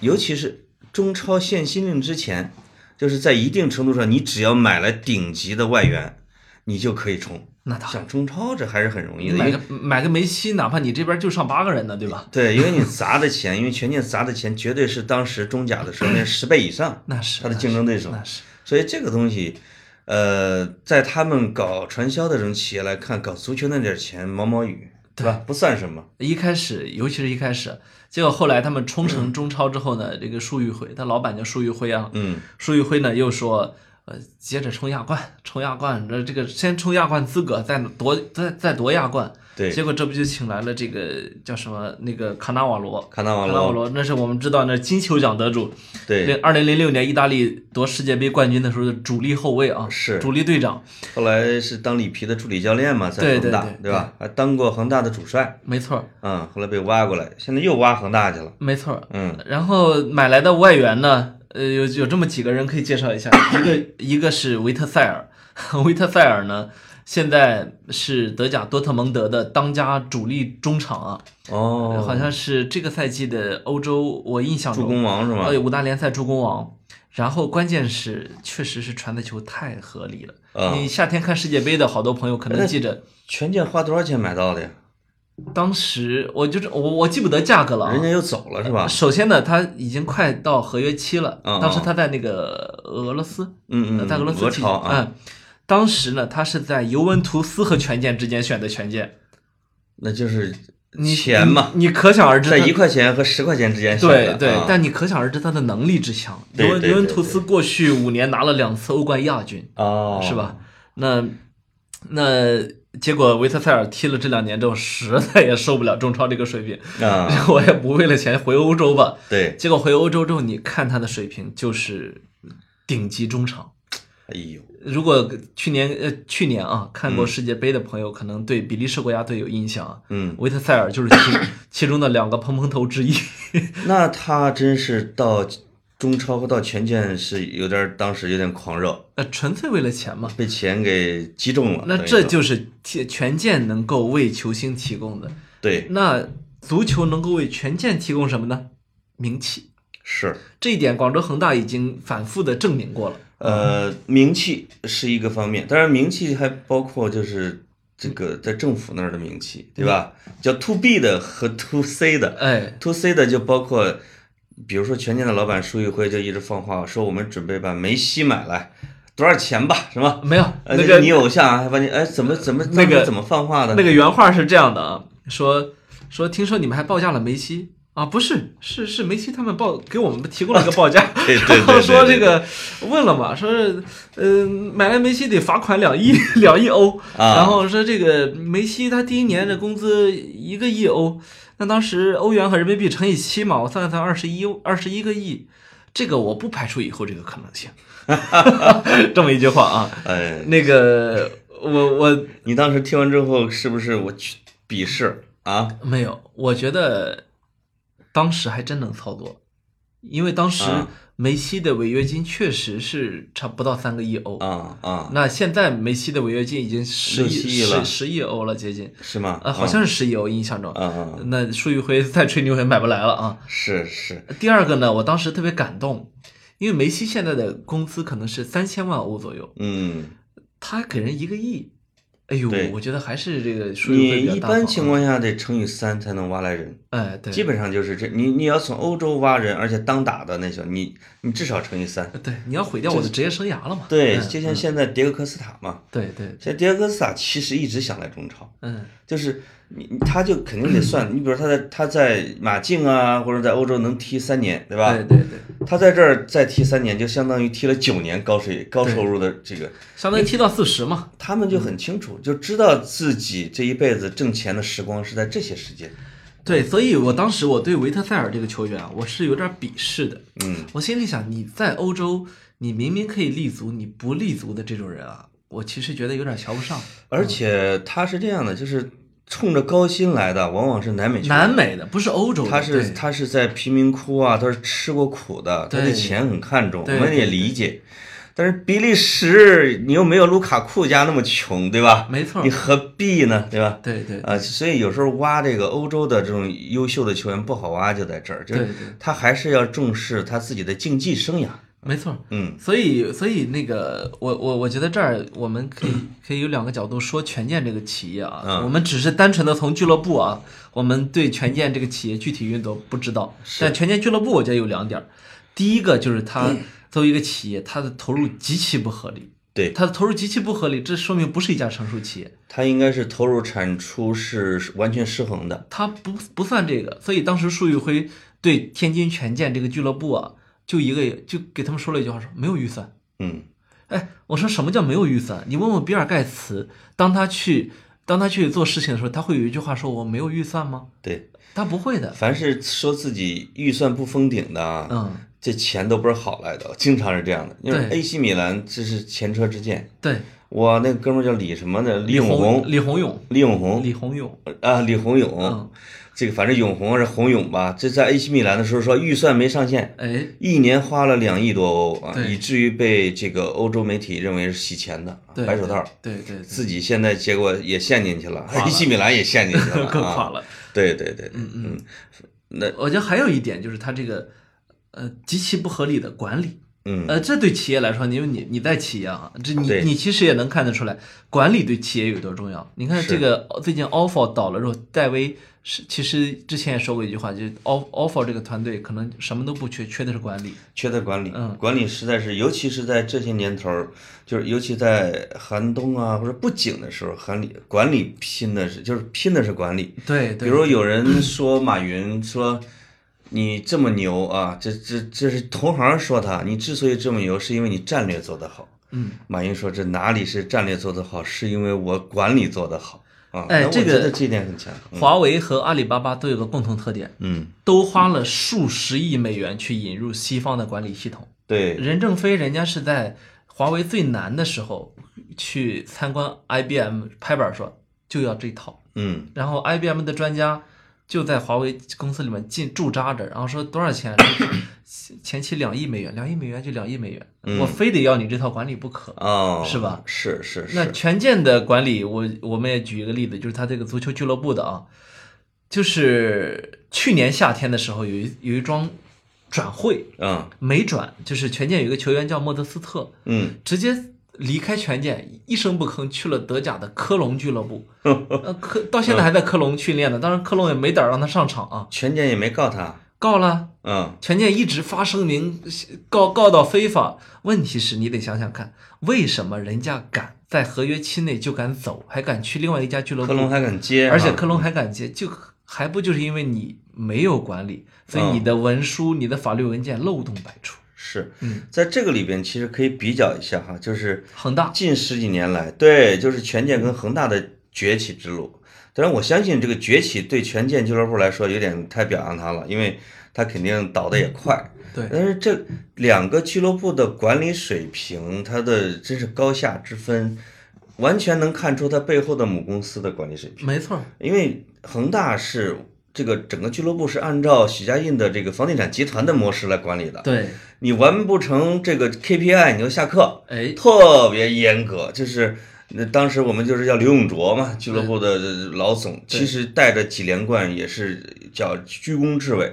B: 尤其是中超限薪令之前，就是在一定程度上，你只要买了顶级的外援，你就可以冲。
A: 那当然，
B: 像中超这还是很容易的，因
A: 买
B: 为
A: 个买个梅西，哪怕你这边就上八个人呢，对吧？
B: 对，因为你砸的钱，因为权健砸的钱绝对是当时中甲的时候那十倍以上，
A: 那是
B: 他的
A: 那
B: 竞
A: 是
B: 争对手。
A: 那是
B: 所以这个东西，呃，在他们搞传销的这种企业来看，搞足球那点钱毛毛雨，对吧？不算什么。
A: 一开始，尤其是一开始，结果后来他们冲成中超之后呢，这个束玉辉，他老板叫束玉辉啊，
B: 嗯，
A: 束玉辉呢又说，呃，接着冲亚冠，冲亚冠，这这个先冲亚冠资格，再夺再再夺亚冠，
B: 对
A: 结果这不就请来了这个叫什么那个卡纳瓦罗，
B: 卡纳瓦
A: 卡纳瓦
B: 罗，
A: 罗，那是我们知道那是金球奖得主，
B: 对，
A: 这二零零六年意大利夺世界杯冠军的时候的主力后卫啊，
B: 是
A: 主力队长，
B: 后来是当里皮的助理教练嘛，在
A: 对
B: 恒大，
A: 对对
B: 吧？还当过恒大的主帅，
A: 没错儿
B: 嗯，后来被挖过来，现在又挖恒大去了，
A: 没错儿，
B: 嗯，
A: 然后买来的外援呢，呃，有有这么几个人可以介绍一
B: [coughs]
A: 下，一个一个是维特塞尔， [laughs] 维特塞尔呢现在是德甲多特蒙德的当家主力中场啊，
B: 哦，
A: 好像是这个赛季的欧洲，我印象
B: 助
A: 中，
B: 攻王是吗？
A: 呃，五大联赛助攻王。然后关键是，确实是传的球太合理了。
B: 啊
A: 你夏天看世界杯的好多朋友可能记着，
B: 权健花多少钱买到的呀？
A: 当时我就是我我记不得价格了啊，
B: 人家又走了是吧？
A: 首先呢，他已经快到合约期了，
B: 嗯嗯
A: 当时他在那个俄罗斯，呃
B: 嗯嗯，
A: 在俄罗斯踢
B: 超啊，
A: 嗯，当时呢，他是在尤文图斯和权健之间选的权健，
B: 那就是
A: 你
B: 钱嘛
A: 你，你可想而知
B: 在
A: 它
B: 一块钱和十块钱之间选
A: 对
B: 的。
A: 对
B: 啊，
A: 但你可想而知他的能力之强。
B: 对
A: 尤文
B: 对
A: 尤文
B: 对
A: 图斯过去五年拿了两次欧冠亚军，
B: 哦，
A: 是？吧？那那结果维特塞尔踢了这两年之后，实在也受不了中超这个水平，
B: 啊，
A: [laughs] 我也不为了钱回欧洲吧。
B: 对，
A: 结果回欧洲之后，你看他的水平就是顶级中场。
B: 哎呦，
A: 如果去年呃去年啊看过世界杯的朋友，可能对比利时国家队有印象啊。
B: 嗯，
A: 维特塞尔就是其
B: [coughs]
A: 其中的两个蓬蓬头之一。
B: 那他真是到中超和到权健是有点儿，当时有点狂热，
A: 呃，纯粹为了钱嘛。
B: 被钱给击中了。
A: 那
B: 等于
A: 这
B: 说
A: 就是铁权健能够为球星提供的。
B: 对
A: 那足球能够为权健提供什么呢？名气。
B: 是。
A: 这一点，广州恒大已经反复的证明过了。嗯
B: 呃，名气是一个方面，当然名气还包括就是这个在政府那儿的名气，对吧？
A: 嗯
B: 叫 to B 的和 to C 的
A: 哎，
B: ，to C 的就包括，比如说全健的老板舒玉辉就一直放话说我们准备把梅西买来，多少钱吧，是吧？
A: 没有
B: 呃，
A: 那
B: 这
A: 个
B: 你偶像啊，还把你哎怎么怎么
A: 那个
B: 当时怎么放话的？
A: 那个原话是这样的啊，说说听说你们还报价了梅西啊？不是，是是梅西他们报给我们提供了一个报价，
B: 啊对对对
A: 然后
B: 对
A: 说
B: 对
A: 这个问了嘛，说是嗯、买来梅西得罚款两亿两亿欧，
B: 啊
A: 然后说这个梅西他第一年的工资一个亿欧，那当时欧元和人民币乘以七嘛，我算了算二十一二十一个亿。这个我不排除以后这个可能性， [laughs] 这么一句话啊，
B: 哎，
A: 那个我我
B: 你当时听完之后是不是我去鄙视啊？
A: 没有，我觉得当时还真能操作，因为当时
B: 啊
A: 梅西的违约金确实是差不到三个亿欧。
B: 啊啊，
A: 那现在梅西的违约金已经十亿
B: 六七亿了
A: 十十亿欧了，接近，
B: 是吗？
A: 呃，好像是十亿欧，印象中。
B: 啊啊，啊
A: 那舒玉辉再吹牛也买不来了啊。
B: 是是，
A: 第二个呢，我当时特别感动，因为梅西现在的工资可能是三千万欧左右，
B: 嗯。
A: 他给人一个亿，哎呦
B: 对，
A: 我觉得还是这个舒玉辉
B: 你
A: 比较
B: 一
A: 大方啊
B: 般情，况下得乘以三才能挖来人，
A: 哎，对，
B: 基本上就是这。你你要从欧洲挖人，而且当打的那种，你你至少乘以三。
A: 对，你要毁掉我的职业生涯了嘛？
B: 对，
A: 嗯
B: 就像现在迭戈科斯塔嘛，
A: 对对，
B: 像迭戈科斯塔其实一直想来中超，
A: 嗯，
B: 就是你你他就肯定得算。你比如他在他在马竞啊，或者在欧洲能踢三年，对吧
A: 对？对对，
B: 他在这儿再踢三年，就相当于踢了九年高水高收入的这个，
A: 相当于踢到四十嘛。
B: 他们就很清楚，就知道自己这一辈子挣钱的时光是在这些时间。
A: 对，所以我当时我对维特塞尔这个球员啊，我是有点鄙视的。
B: 嗯，
A: 我心里想，你在欧洲，你明明可以立足，你不立足的这种人啊，我其实觉得有点瞧不上。
B: 而且他是这样的，就是冲着高薪来的，往往是南美球员。
A: 南美的不是欧洲的，
B: 他是
A: 对
B: 他是在贫民窟啊，他是吃过苦的，他对
A: 对
B: 钱很看重，我
A: 对
B: 们也
A: 对
B: 理解。但是比利时，你又没有卢卡库家那么穷，对吧？
A: 没错
B: 你，何必呢，对吧？
A: 对对
B: 啊，所以有时候挖这个欧洲的这种优秀的球员不好挖，就在这儿，就
A: 对
B: 是
A: 对，
B: 他还是要重视他自己的竞技生涯。
A: 没错。
B: 嗯，
A: 所以，所以那个，我我我觉得这儿我们
B: [coughs]
A: 可以可以有两个角度说权健这个企业啊，
B: 嗯
A: 我们只是单纯的从俱乐部啊，我们对权健这个企业具体运作不知道，但权健俱乐部我觉得有两点儿，第一个就是它
B: 嗯
A: 作为一个企业，它的投入极其不合理，
B: 对
A: 它的投入极其不合理，这说明不是一家成熟企业，
B: 他应该是投入产出是完全失衡的。
A: 它不不算这个，所以当时束玉辉对天津权健这个俱乐部啊，就一个就给他们说了一句话说没有预算。
B: 嗯，
A: 哎，我说什么叫没有预算？你问问比尔盖茨，当他去当他去做事情的时候，他会有一句话说我没有预算吗？
B: 对。
A: 他不会的。
B: 凡是说自己预算不封顶的啊，
A: 嗯，
B: 这钱都不是好来的，经常是这样的。因为
A: 对
B: AC 米兰这是前车之鉴，
A: 对，
B: 我那个哥们儿叫李什么的，李永
A: 宏、
B: 红，
A: 李宏勇、
B: 李永红
A: 李宏勇，
B: 啊，李宏勇，
A: 嗯
B: 这个反正永红还是洪勇吧。这在 AC 米兰的时候说预算没上限，
A: 哎，
B: 一年花了两亿多欧啊，
A: 对
B: 以至于被这个欧洲媒体认为是洗钱的
A: 对，
B: 白手套。
A: 对对对，
B: 自己现在结果也陷进去了
A: 了
B: ，AC 米兰也陷进去 [laughs] 了
A: [laughs] 更
B: 啊
A: 垮了。
B: 对对对，嗯嗯，那
A: 我觉得还有一点就是他这个呃极其不合理的管理，
B: 嗯
A: 呃，这对企业来说，因为你你在企业啊，这你
B: 对
A: 你其实也能看得出来，管理对企业有多重要。你看
B: 是
A: 这个最近 offer 倒了之后，戴维是其实之前也说过一句话，就是 off offer 这个团队可能什么都不缺，缺的是管理。
B: 缺在管理
A: 嗯，
B: 管理实在是，尤其是在这些年头儿，就是尤其在寒冬啊或者不景的时候，管理管理拼的是就是拼的是管理。
A: 对
B: 比
A: 对，
B: 如有人说马云说你这么牛啊，这这这是同行说他，你之所以这么牛，是因为你战略做得好。
A: 嗯，
B: 马云说这哪里是战略做得好，是因为我管理做得好啊。
A: 哎
B: 那我
A: 这个
B: 觉得这一点很强。嗯
A: 华为和阿里巴巴都有个共同特点，
B: 嗯，
A: 都花了数十亿美元去引入西方的管理系统。
B: 对，
A: 任正非人家是在华为最难的时候去参观 IBM 拍板说就要这套，
B: 嗯
A: 然后 IBM 的专家就在华为公司里面进驻扎着，然后说多少钱？啊说是前期两亿美元，两亿美元就两亿美元，我非得要你这套管理不可。
B: 哦，
A: 是吧？
B: 是是
A: 那
B: 是，
A: 权健的管理，我我们也举一个例子，就是他这个足球俱乐部的啊，就是去年夏天的时候有一有一桩转会
B: 嗯
A: 没转，就是权健有一个球员叫莫德斯特，
B: 嗯，
A: 直接离开权健，一声不吭去了德甲的科隆俱乐
B: [laughs]
A: 部。呃，科到现在还在科隆训练呢，当然科隆也没胆儿让他上场啊，
B: 权健也没告他，
A: 告了。
B: 嗯
A: 权健一直发声明告告到非法，问题是你得想想看，为什么人家敢在合约期内就敢走，还敢去另外一家俱乐
B: 科隆
A: 部，
B: 还敢接，
A: 而且
B: 啊
A: 科隆还敢接，就还不就是因为你没有管理，所以你
B: 嗯
A: 的文书、你的法律文件漏洞百出，
B: 是
A: 嗯，
B: 在这个里边其实可以比较一下哈，就是
A: 恒大
B: 近十几年来，对，就是权健跟恒大的崛起之路。当然，我相信这个崛起对权健俱乐部来说有点太表扬他了，因为他肯定倒得也快。
A: 对
B: 但是这两个俱乐部的管理水平，它的真是高下之分，完全能看出它背后的母公司的管理水平。
A: 没错儿，
B: 因为恒大是这个整个俱乐部是按照许家印的这个房地产集团的模式来管理的，
A: 对，
B: 你完不成这个 KPI 你就下课，
A: 哎，
B: 特别严格，就是。那当时我们就是叫刘永灼嘛，俱乐部的老总，其实带着几连冠也是叫居功至伟，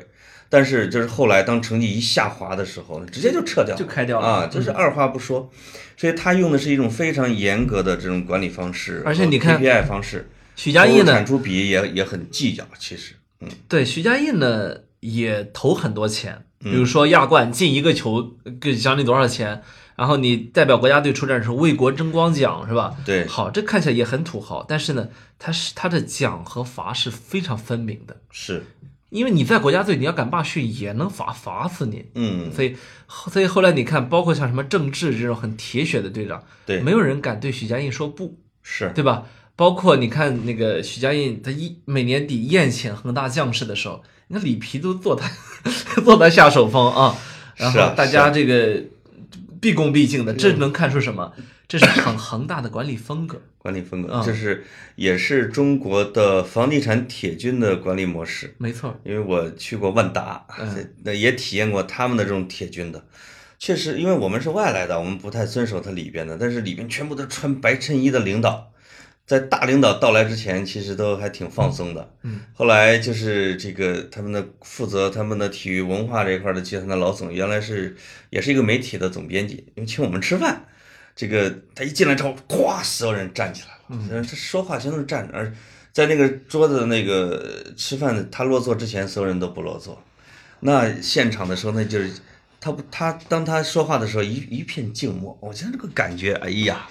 B: 但是就是后来当成绩一下滑的时候，直接就撤掉了，
A: 就开掉了嗯
B: 啊，就是二话不说，所以他用的是一种非常严格的这种管理方式，
A: 而且你看
B: KPI 方式，
A: 许家印呢
B: 产出比也也很计较，其实，嗯，
A: 对，徐家印呢也投很多钱，比如说亚冠进一个球呃给奖励多少钱，然后你代表国家队出战的时候为国争光奖是吧？
B: 对
A: 好，这看起来也很土豪，但是呢，他是他的奖和罚是非常分明的，
B: 是，
A: 因为你在国家队你要敢罢训也能罚罚死你。
B: 嗯，
A: 所以，所以后来你看，包括像什么郑智这种很铁血的队长，
B: 对
A: 没有人敢对许家印说不。
B: 是，
A: 对吧？包括你看那个许家印，他一每年底宴请恒大将士的时候，那里皮都坐他 [laughs] 坐他下手风啊，然
B: 是啊嗯
A: 后大家这个毕恭毕敬的，这能看出什么？这是很 [clears throat] 恒大的管理风格。
B: 管理风格
A: 嗯，
B: 这是也是中国的房地产铁军的管理模式，
A: 没错，
B: 因为我去过万达，
A: 嗯
B: [laughs] 那也体验过他们的这种铁军的。确实，因为我们是外来的，我们不太遵守它里边的，但是里边全部都穿白衬衣的领导，在大领导到来之前，其实都还挺放松的。
A: 嗯，
B: [laughs] 后来就是这个他们的负责他们的体育文化这一块的集团的老总，原来是也是一个媒体的总编辑，因为请我们吃饭，这个他一进来之后，咵，所有人站起来了，嗯，这说话全都是站着，而在那个桌子的那个呃吃饭的他落座之前，所有人都不落座。那现场的时候，那就是他不他当他说话的时候，一一片静默，我觉得那个感觉，哎呀，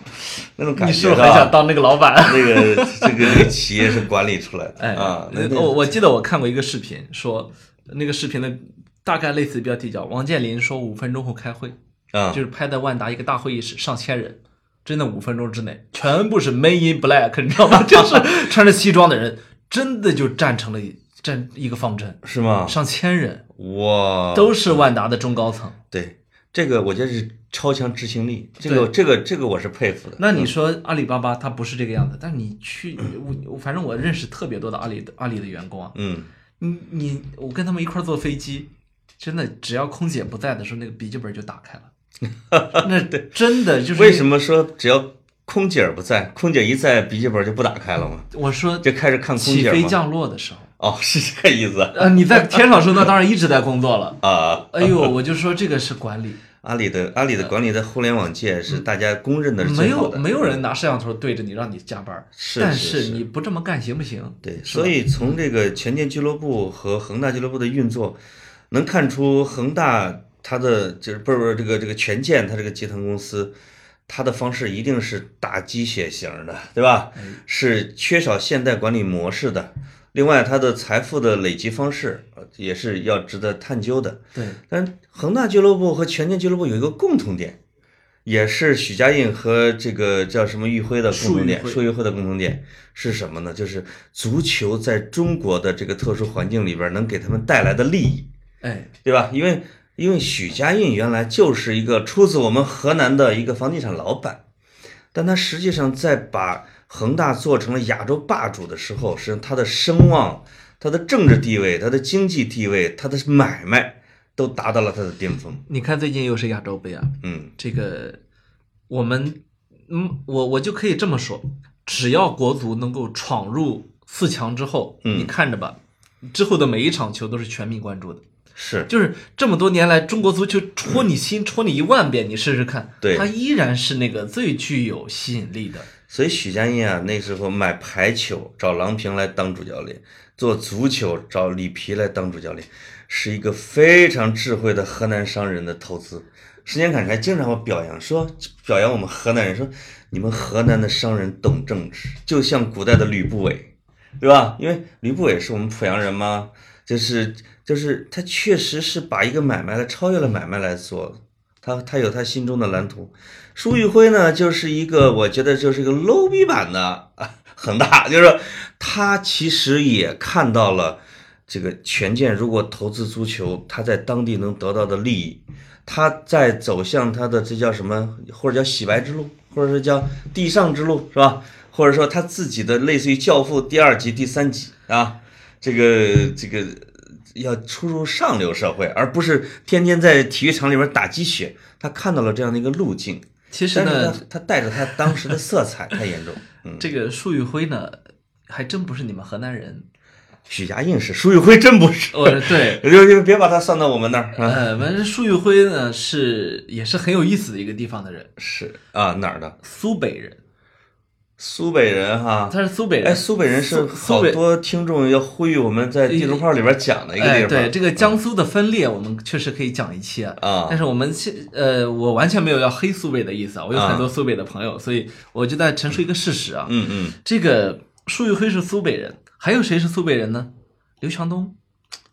B: 那种感
A: 你
B: 觉
A: 是不是很
B: 啊
A: 想当那个老
B: [laughs]
A: 板？
B: 那个这个这个企业是管理出来的
A: 哎，
B: 啊，那
A: 呃
B: 那
A: 我我记得我看过一个视频，说那个视频的大概类似标题叫“王健林说五分钟后开会”，
B: 啊
A: 就是拍在万达一个大会议室，上千人，真的五分钟之内全部是 m a y in black，你知道吗？ [laughs] 就是穿着西装的人，真的就站成了一站一个方阵，
B: 是吗？
A: 上千人
B: 哇，
A: 都是万达的中高层。
B: 对这个，我觉得是超强执行力，这个这个这个我是佩服的。
A: 那你说阿里巴巴它不是这个样子，但是你去我我反正我认识特别多的阿里的阿里的员工啊，
B: 嗯，
A: 你你我跟他们一块儿坐飞机，真的只要空姐不在的时候，那个笔记本就打开了。 [laughs] 那真的就是
B: 为什？么说只要空姐儿不在，空姐一在，笔记本就不打开了吗？
A: 我说
B: 就开始看空
A: 起
B: 姐
A: 飞
B: 吗？
A: 降落的时候，
B: 哦， [laughs] 是这个意思
A: 呃，你在天上说，那当然一直在工作了。
B: 啊
A: 哎呦，我就说这个是管理，
B: 阿里的阿里的管理在互联网界是大家公认的是
A: 没
B: 最好
A: 有
B: 的，
A: 没有人拿摄像头对着你让你加班儿，
B: 是
A: 但
B: 是是
A: 你不这么干行不行？
B: 对，
A: 是吧
B: 所以从这个权健俱乐部和恒大俱乐部的运作，能看出恒大它的就是不是不是这个这个权健它这个集团公司，它的方式一定是打鸡血型的，对吧？
A: 哎
B: 是缺少现代管理模式的。另外，它的财富的累积方式呃也是要值得探究的。
A: 对，
B: 但恒大俱乐部和权健俱乐部有一个共同点，也是许家印和这个叫什么玉辉的共同点，
A: 束玉辉
B: 束玉辉的共同点是什么呢？就是足球在中国的这个特殊环境里边能给他们带来的利益，
A: 哎，
B: 对吧？因为因为许家印原来就是一个出自我们河南的一个房地产老板，但他实际上在把恒大做成了亚洲霸主的时候，实际上他的声望、他的政治地位、他的经济地位、他的买卖都达到了他的巅峰。
A: 你看最近又是亚洲杯啊，
B: 嗯，
A: 这个我们，嗯，我我就可以这么说，只要国足能够闯入四强之后，
B: 嗯
A: 你看着吧，之后的每一场球都是全民关注的。
B: 是
A: 就是这么多年来，中国足球戳你心、戳你一万遍，你试试看，
B: 对
A: 它依然是那个最具有吸引力的。
B: 所以许家印啊，那时候买排球找郎平来当主教练，做足球找里皮来当主教练，是一个非常智慧的河南商人的投资。时间侃还经常会表扬说，表扬我们河南人说，你们河南的商人懂政治，就像古代的吕不韦，对吧？因为吕不韦是我们濮阳人嘛，就是就是他确实是把一个买卖来超越了买卖来做，他他有他心中的蓝图。舒玉辉呢，就是一个我觉得就是一个 low 逼版的啊恒大，就是他其实也看到了这个权健如果投资足球，他在当地能得到的利益，他在走向他的这叫什么，或者叫洗白之路，或者是叫地上之路，是吧？或者说他自己的类似于《教父》第二集、第三集啊，这个这个要出入上流社会，而不是天天在体育场里边打鸡血。他看到了这样的一个路径，
A: 其实
B: 但是
A: 呢
B: 他，他带着他当时的色彩
A: [laughs]
B: 太严重。嗯，
A: 这个束玉辉呢，还真不是你们河南
B: [laughs]
A: 人。
B: 许家印是，舒玉辉真不是，
A: 我对，
B: [laughs] 就就别把他算到我们那儿啊。
A: 呃，反正束玉辉呢是也是很有意思的一个地方的人，
B: 是啊，哪儿的？
A: 苏北人，
B: 苏北人哈。
A: 他是苏北人。
B: 哎，苏北人是
A: 苏苏
B: 好
A: 北
B: 多听众要呼吁我们在地图炮里边讲的一个地
A: 哎，
B: 方。
A: 对这个江苏的分裂，我们确实可以讲一期啊。
B: 啊
A: 但是我们现呃，我完全没有要黑苏北的意思啊，我有很多苏北的朋友，所以我就在陈述一个事实啊。
B: 嗯嗯，
A: 这个束玉辉是苏北人，还有谁是苏北人呢？刘强东，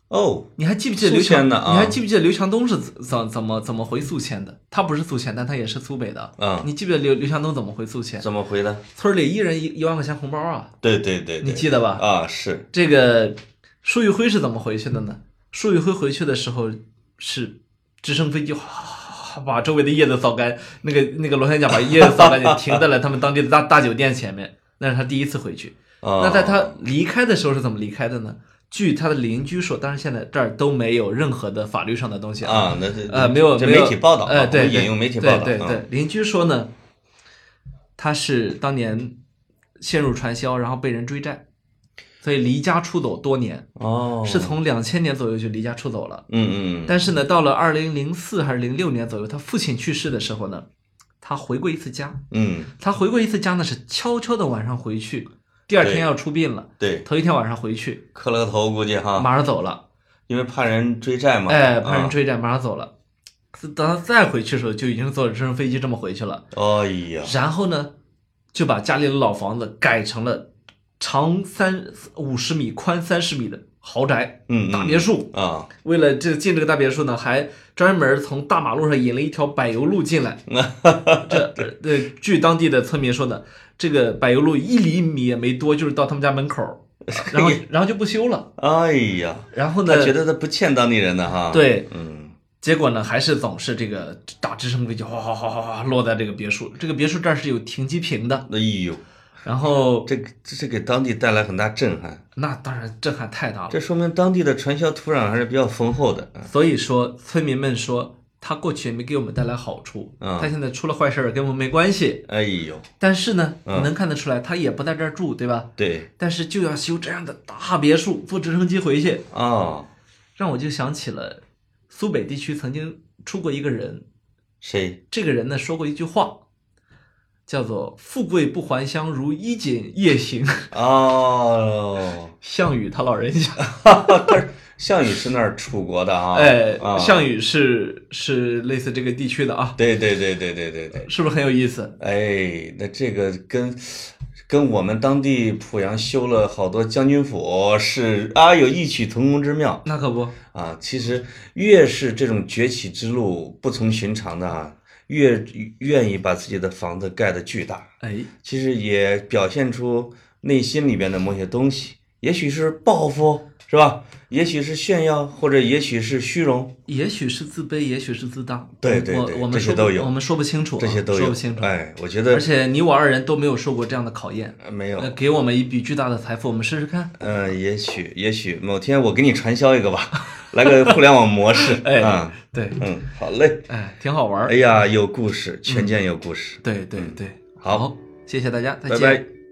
B: 哦，
A: 你还记不记得
B: 宿
A: 刘强？
B: 迁的啊
A: 你还记不记得刘强东是怎怎怎么怎么回宿迁的？他不是宿迁，但他也是苏北的。
B: 嗯
A: 你记不记得刘刘强东怎么回宿迁？
B: 怎么回的？
A: 村里一人一一万块钱红包啊，
B: 对对对，
A: 你
B: 对
A: 记得吧？
B: 啊？是
A: 这个束玉辉是怎么回去的呢？束玉辉回去的时候是直升飞机哗把周围的叶子扫干，那个那个螺旋桨把叶子扫干，就停在了他们当地的大大酒店前面。那是他第一次回去。
B: 啊。
A: 那在他离开的时候是怎么离开的呢？据他的邻居说，当然现在这儿都没有任何的法律上的东西
B: 啊，那这
A: 呃，没有
B: 这
A: 没有
B: 媒体报道啊，
A: 呃，
B: 我
A: 对，
B: 们引用媒体报道，
A: 对
B: 啊
A: 对对，邻居说呢，他是当年陷入传销，然后被人追债，所以离家出走多年，
B: 哦，
A: 是从两千年左右就离家出走了。
B: 嗯嗯嗯，
A: 但是呢，到了二零零四还是零六年左右，他父亲去世的时候呢，他回过一次家。
B: 嗯，
A: 他回过一次家呢，是悄悄的晚上回去，第二天
B: 对
A: 要出殡了，
B: 对，
A: 头一天晚上回去，
B: 磕了个头，估计哈，
A: 马上走了。
B: 因为怕人追债嘛，
A: 哎，怕人
B: 啊，
A: 追债，马上走了。等他再回去的时候，就已经坐着直升飞机这么回去了。
B: 哎呀，
A: 然后呢，就把家里的老房子改成了长三五十米、宽三十米的豪宅
B: 嗯，
A: 大
B: 嗯
A: 别墅。
B: 啊，
A: 为了这进这个大别墅呢，还专门从大马路上引了一条柏油路进
B: [laughs]
A: 来。这呃，据当地的村民说呢，这个柏油路一厘米也没多，就是到他们家门口，然
B: [laughs]
A: 后然后就不修了。
B: 哎呀，
A: 然后呢
B: 他，觉得他不欠当地人的哈，，
A: 对，
B: 嗯，
A: 结果呢，还是总是这个打直升飞机哗哗哗哗哗落在这个别墅。这个别墅这儿是有停机坪的，
B: 哎呦，
A: 然后
B: 这个这是给当地带来很大震撼，
A: 那当然震撼太大了。
B: 这说明当地的传销土壤还是比较丰厚的，
A: 所以说，村民们说他过去也没给我们带来好处，
B: 嗯
A: 他现在出了坏事儿跟我们没关系。
B: 哎呦，
A: 但是呢，
B: 嗯
A: 你能看得出来，他也不在这儿住，对吧？
B: 对，
A: 但是就要修这样的大别墅，坐直升机回去，
B: 哦，
A: 让我就想起了苏北地区曾经出过一个人，
B: 谁？
A: 这个人呢说过一句话，叫做“富贵不还乡，如衣锦夜行 [laughs]
B: 哦”。，
A: 项羽他老人家，
B: 他是项羽是那儿楚国的啊，
A: 哎，
B: 啊
A: 项羽是是类似这个地区的啊，
B: 对对对对对对对，
A: 是不是很有意思？
B: 哎，那这个跟跟我们当地濮阳修了好多将军府是啊有异曲同工之妙
A: 那可不，
B: 啊。其实越是这种崛起之路不同寻常的啊，越愿意把自己的房子盖得巨大。
A: 哎，
B: 其实也表现出内心里边的某些东西，也许是报复，是吧？也许是炫耀，或者也许是虚荣，
A: 也许是自卑，也许是自大，
B: 对对
A: 我
B: 对
A: 我
B: 这
A: 们
B: 些
A: 说不
B: 都有
A: 我们说不清楚啊、
B: 这些都
A: 说
B: 有
A: 不清。楚。
B: 哎，我觉
A: 而
B: 得
A: 且你我二人都没有受过这样的考验，
B: 呃没有
A: 呃，，给我们一笔巨大的财富，我们试试看。
B: 呃，也许也许某天我给你传销一个吧， [laughs] 来个互联网模式，
A: [laughs] 哎，
B: 啊，
A: 对，
B: 嗯，好嘞。
A: 哎，挺好玩儿。
B: 哎呀，有故事，全健有故事，
A: 嗯对对对，
B: 好，
A: 好，谢谢大家，再
B: 拜
A: 见。
B: 拜。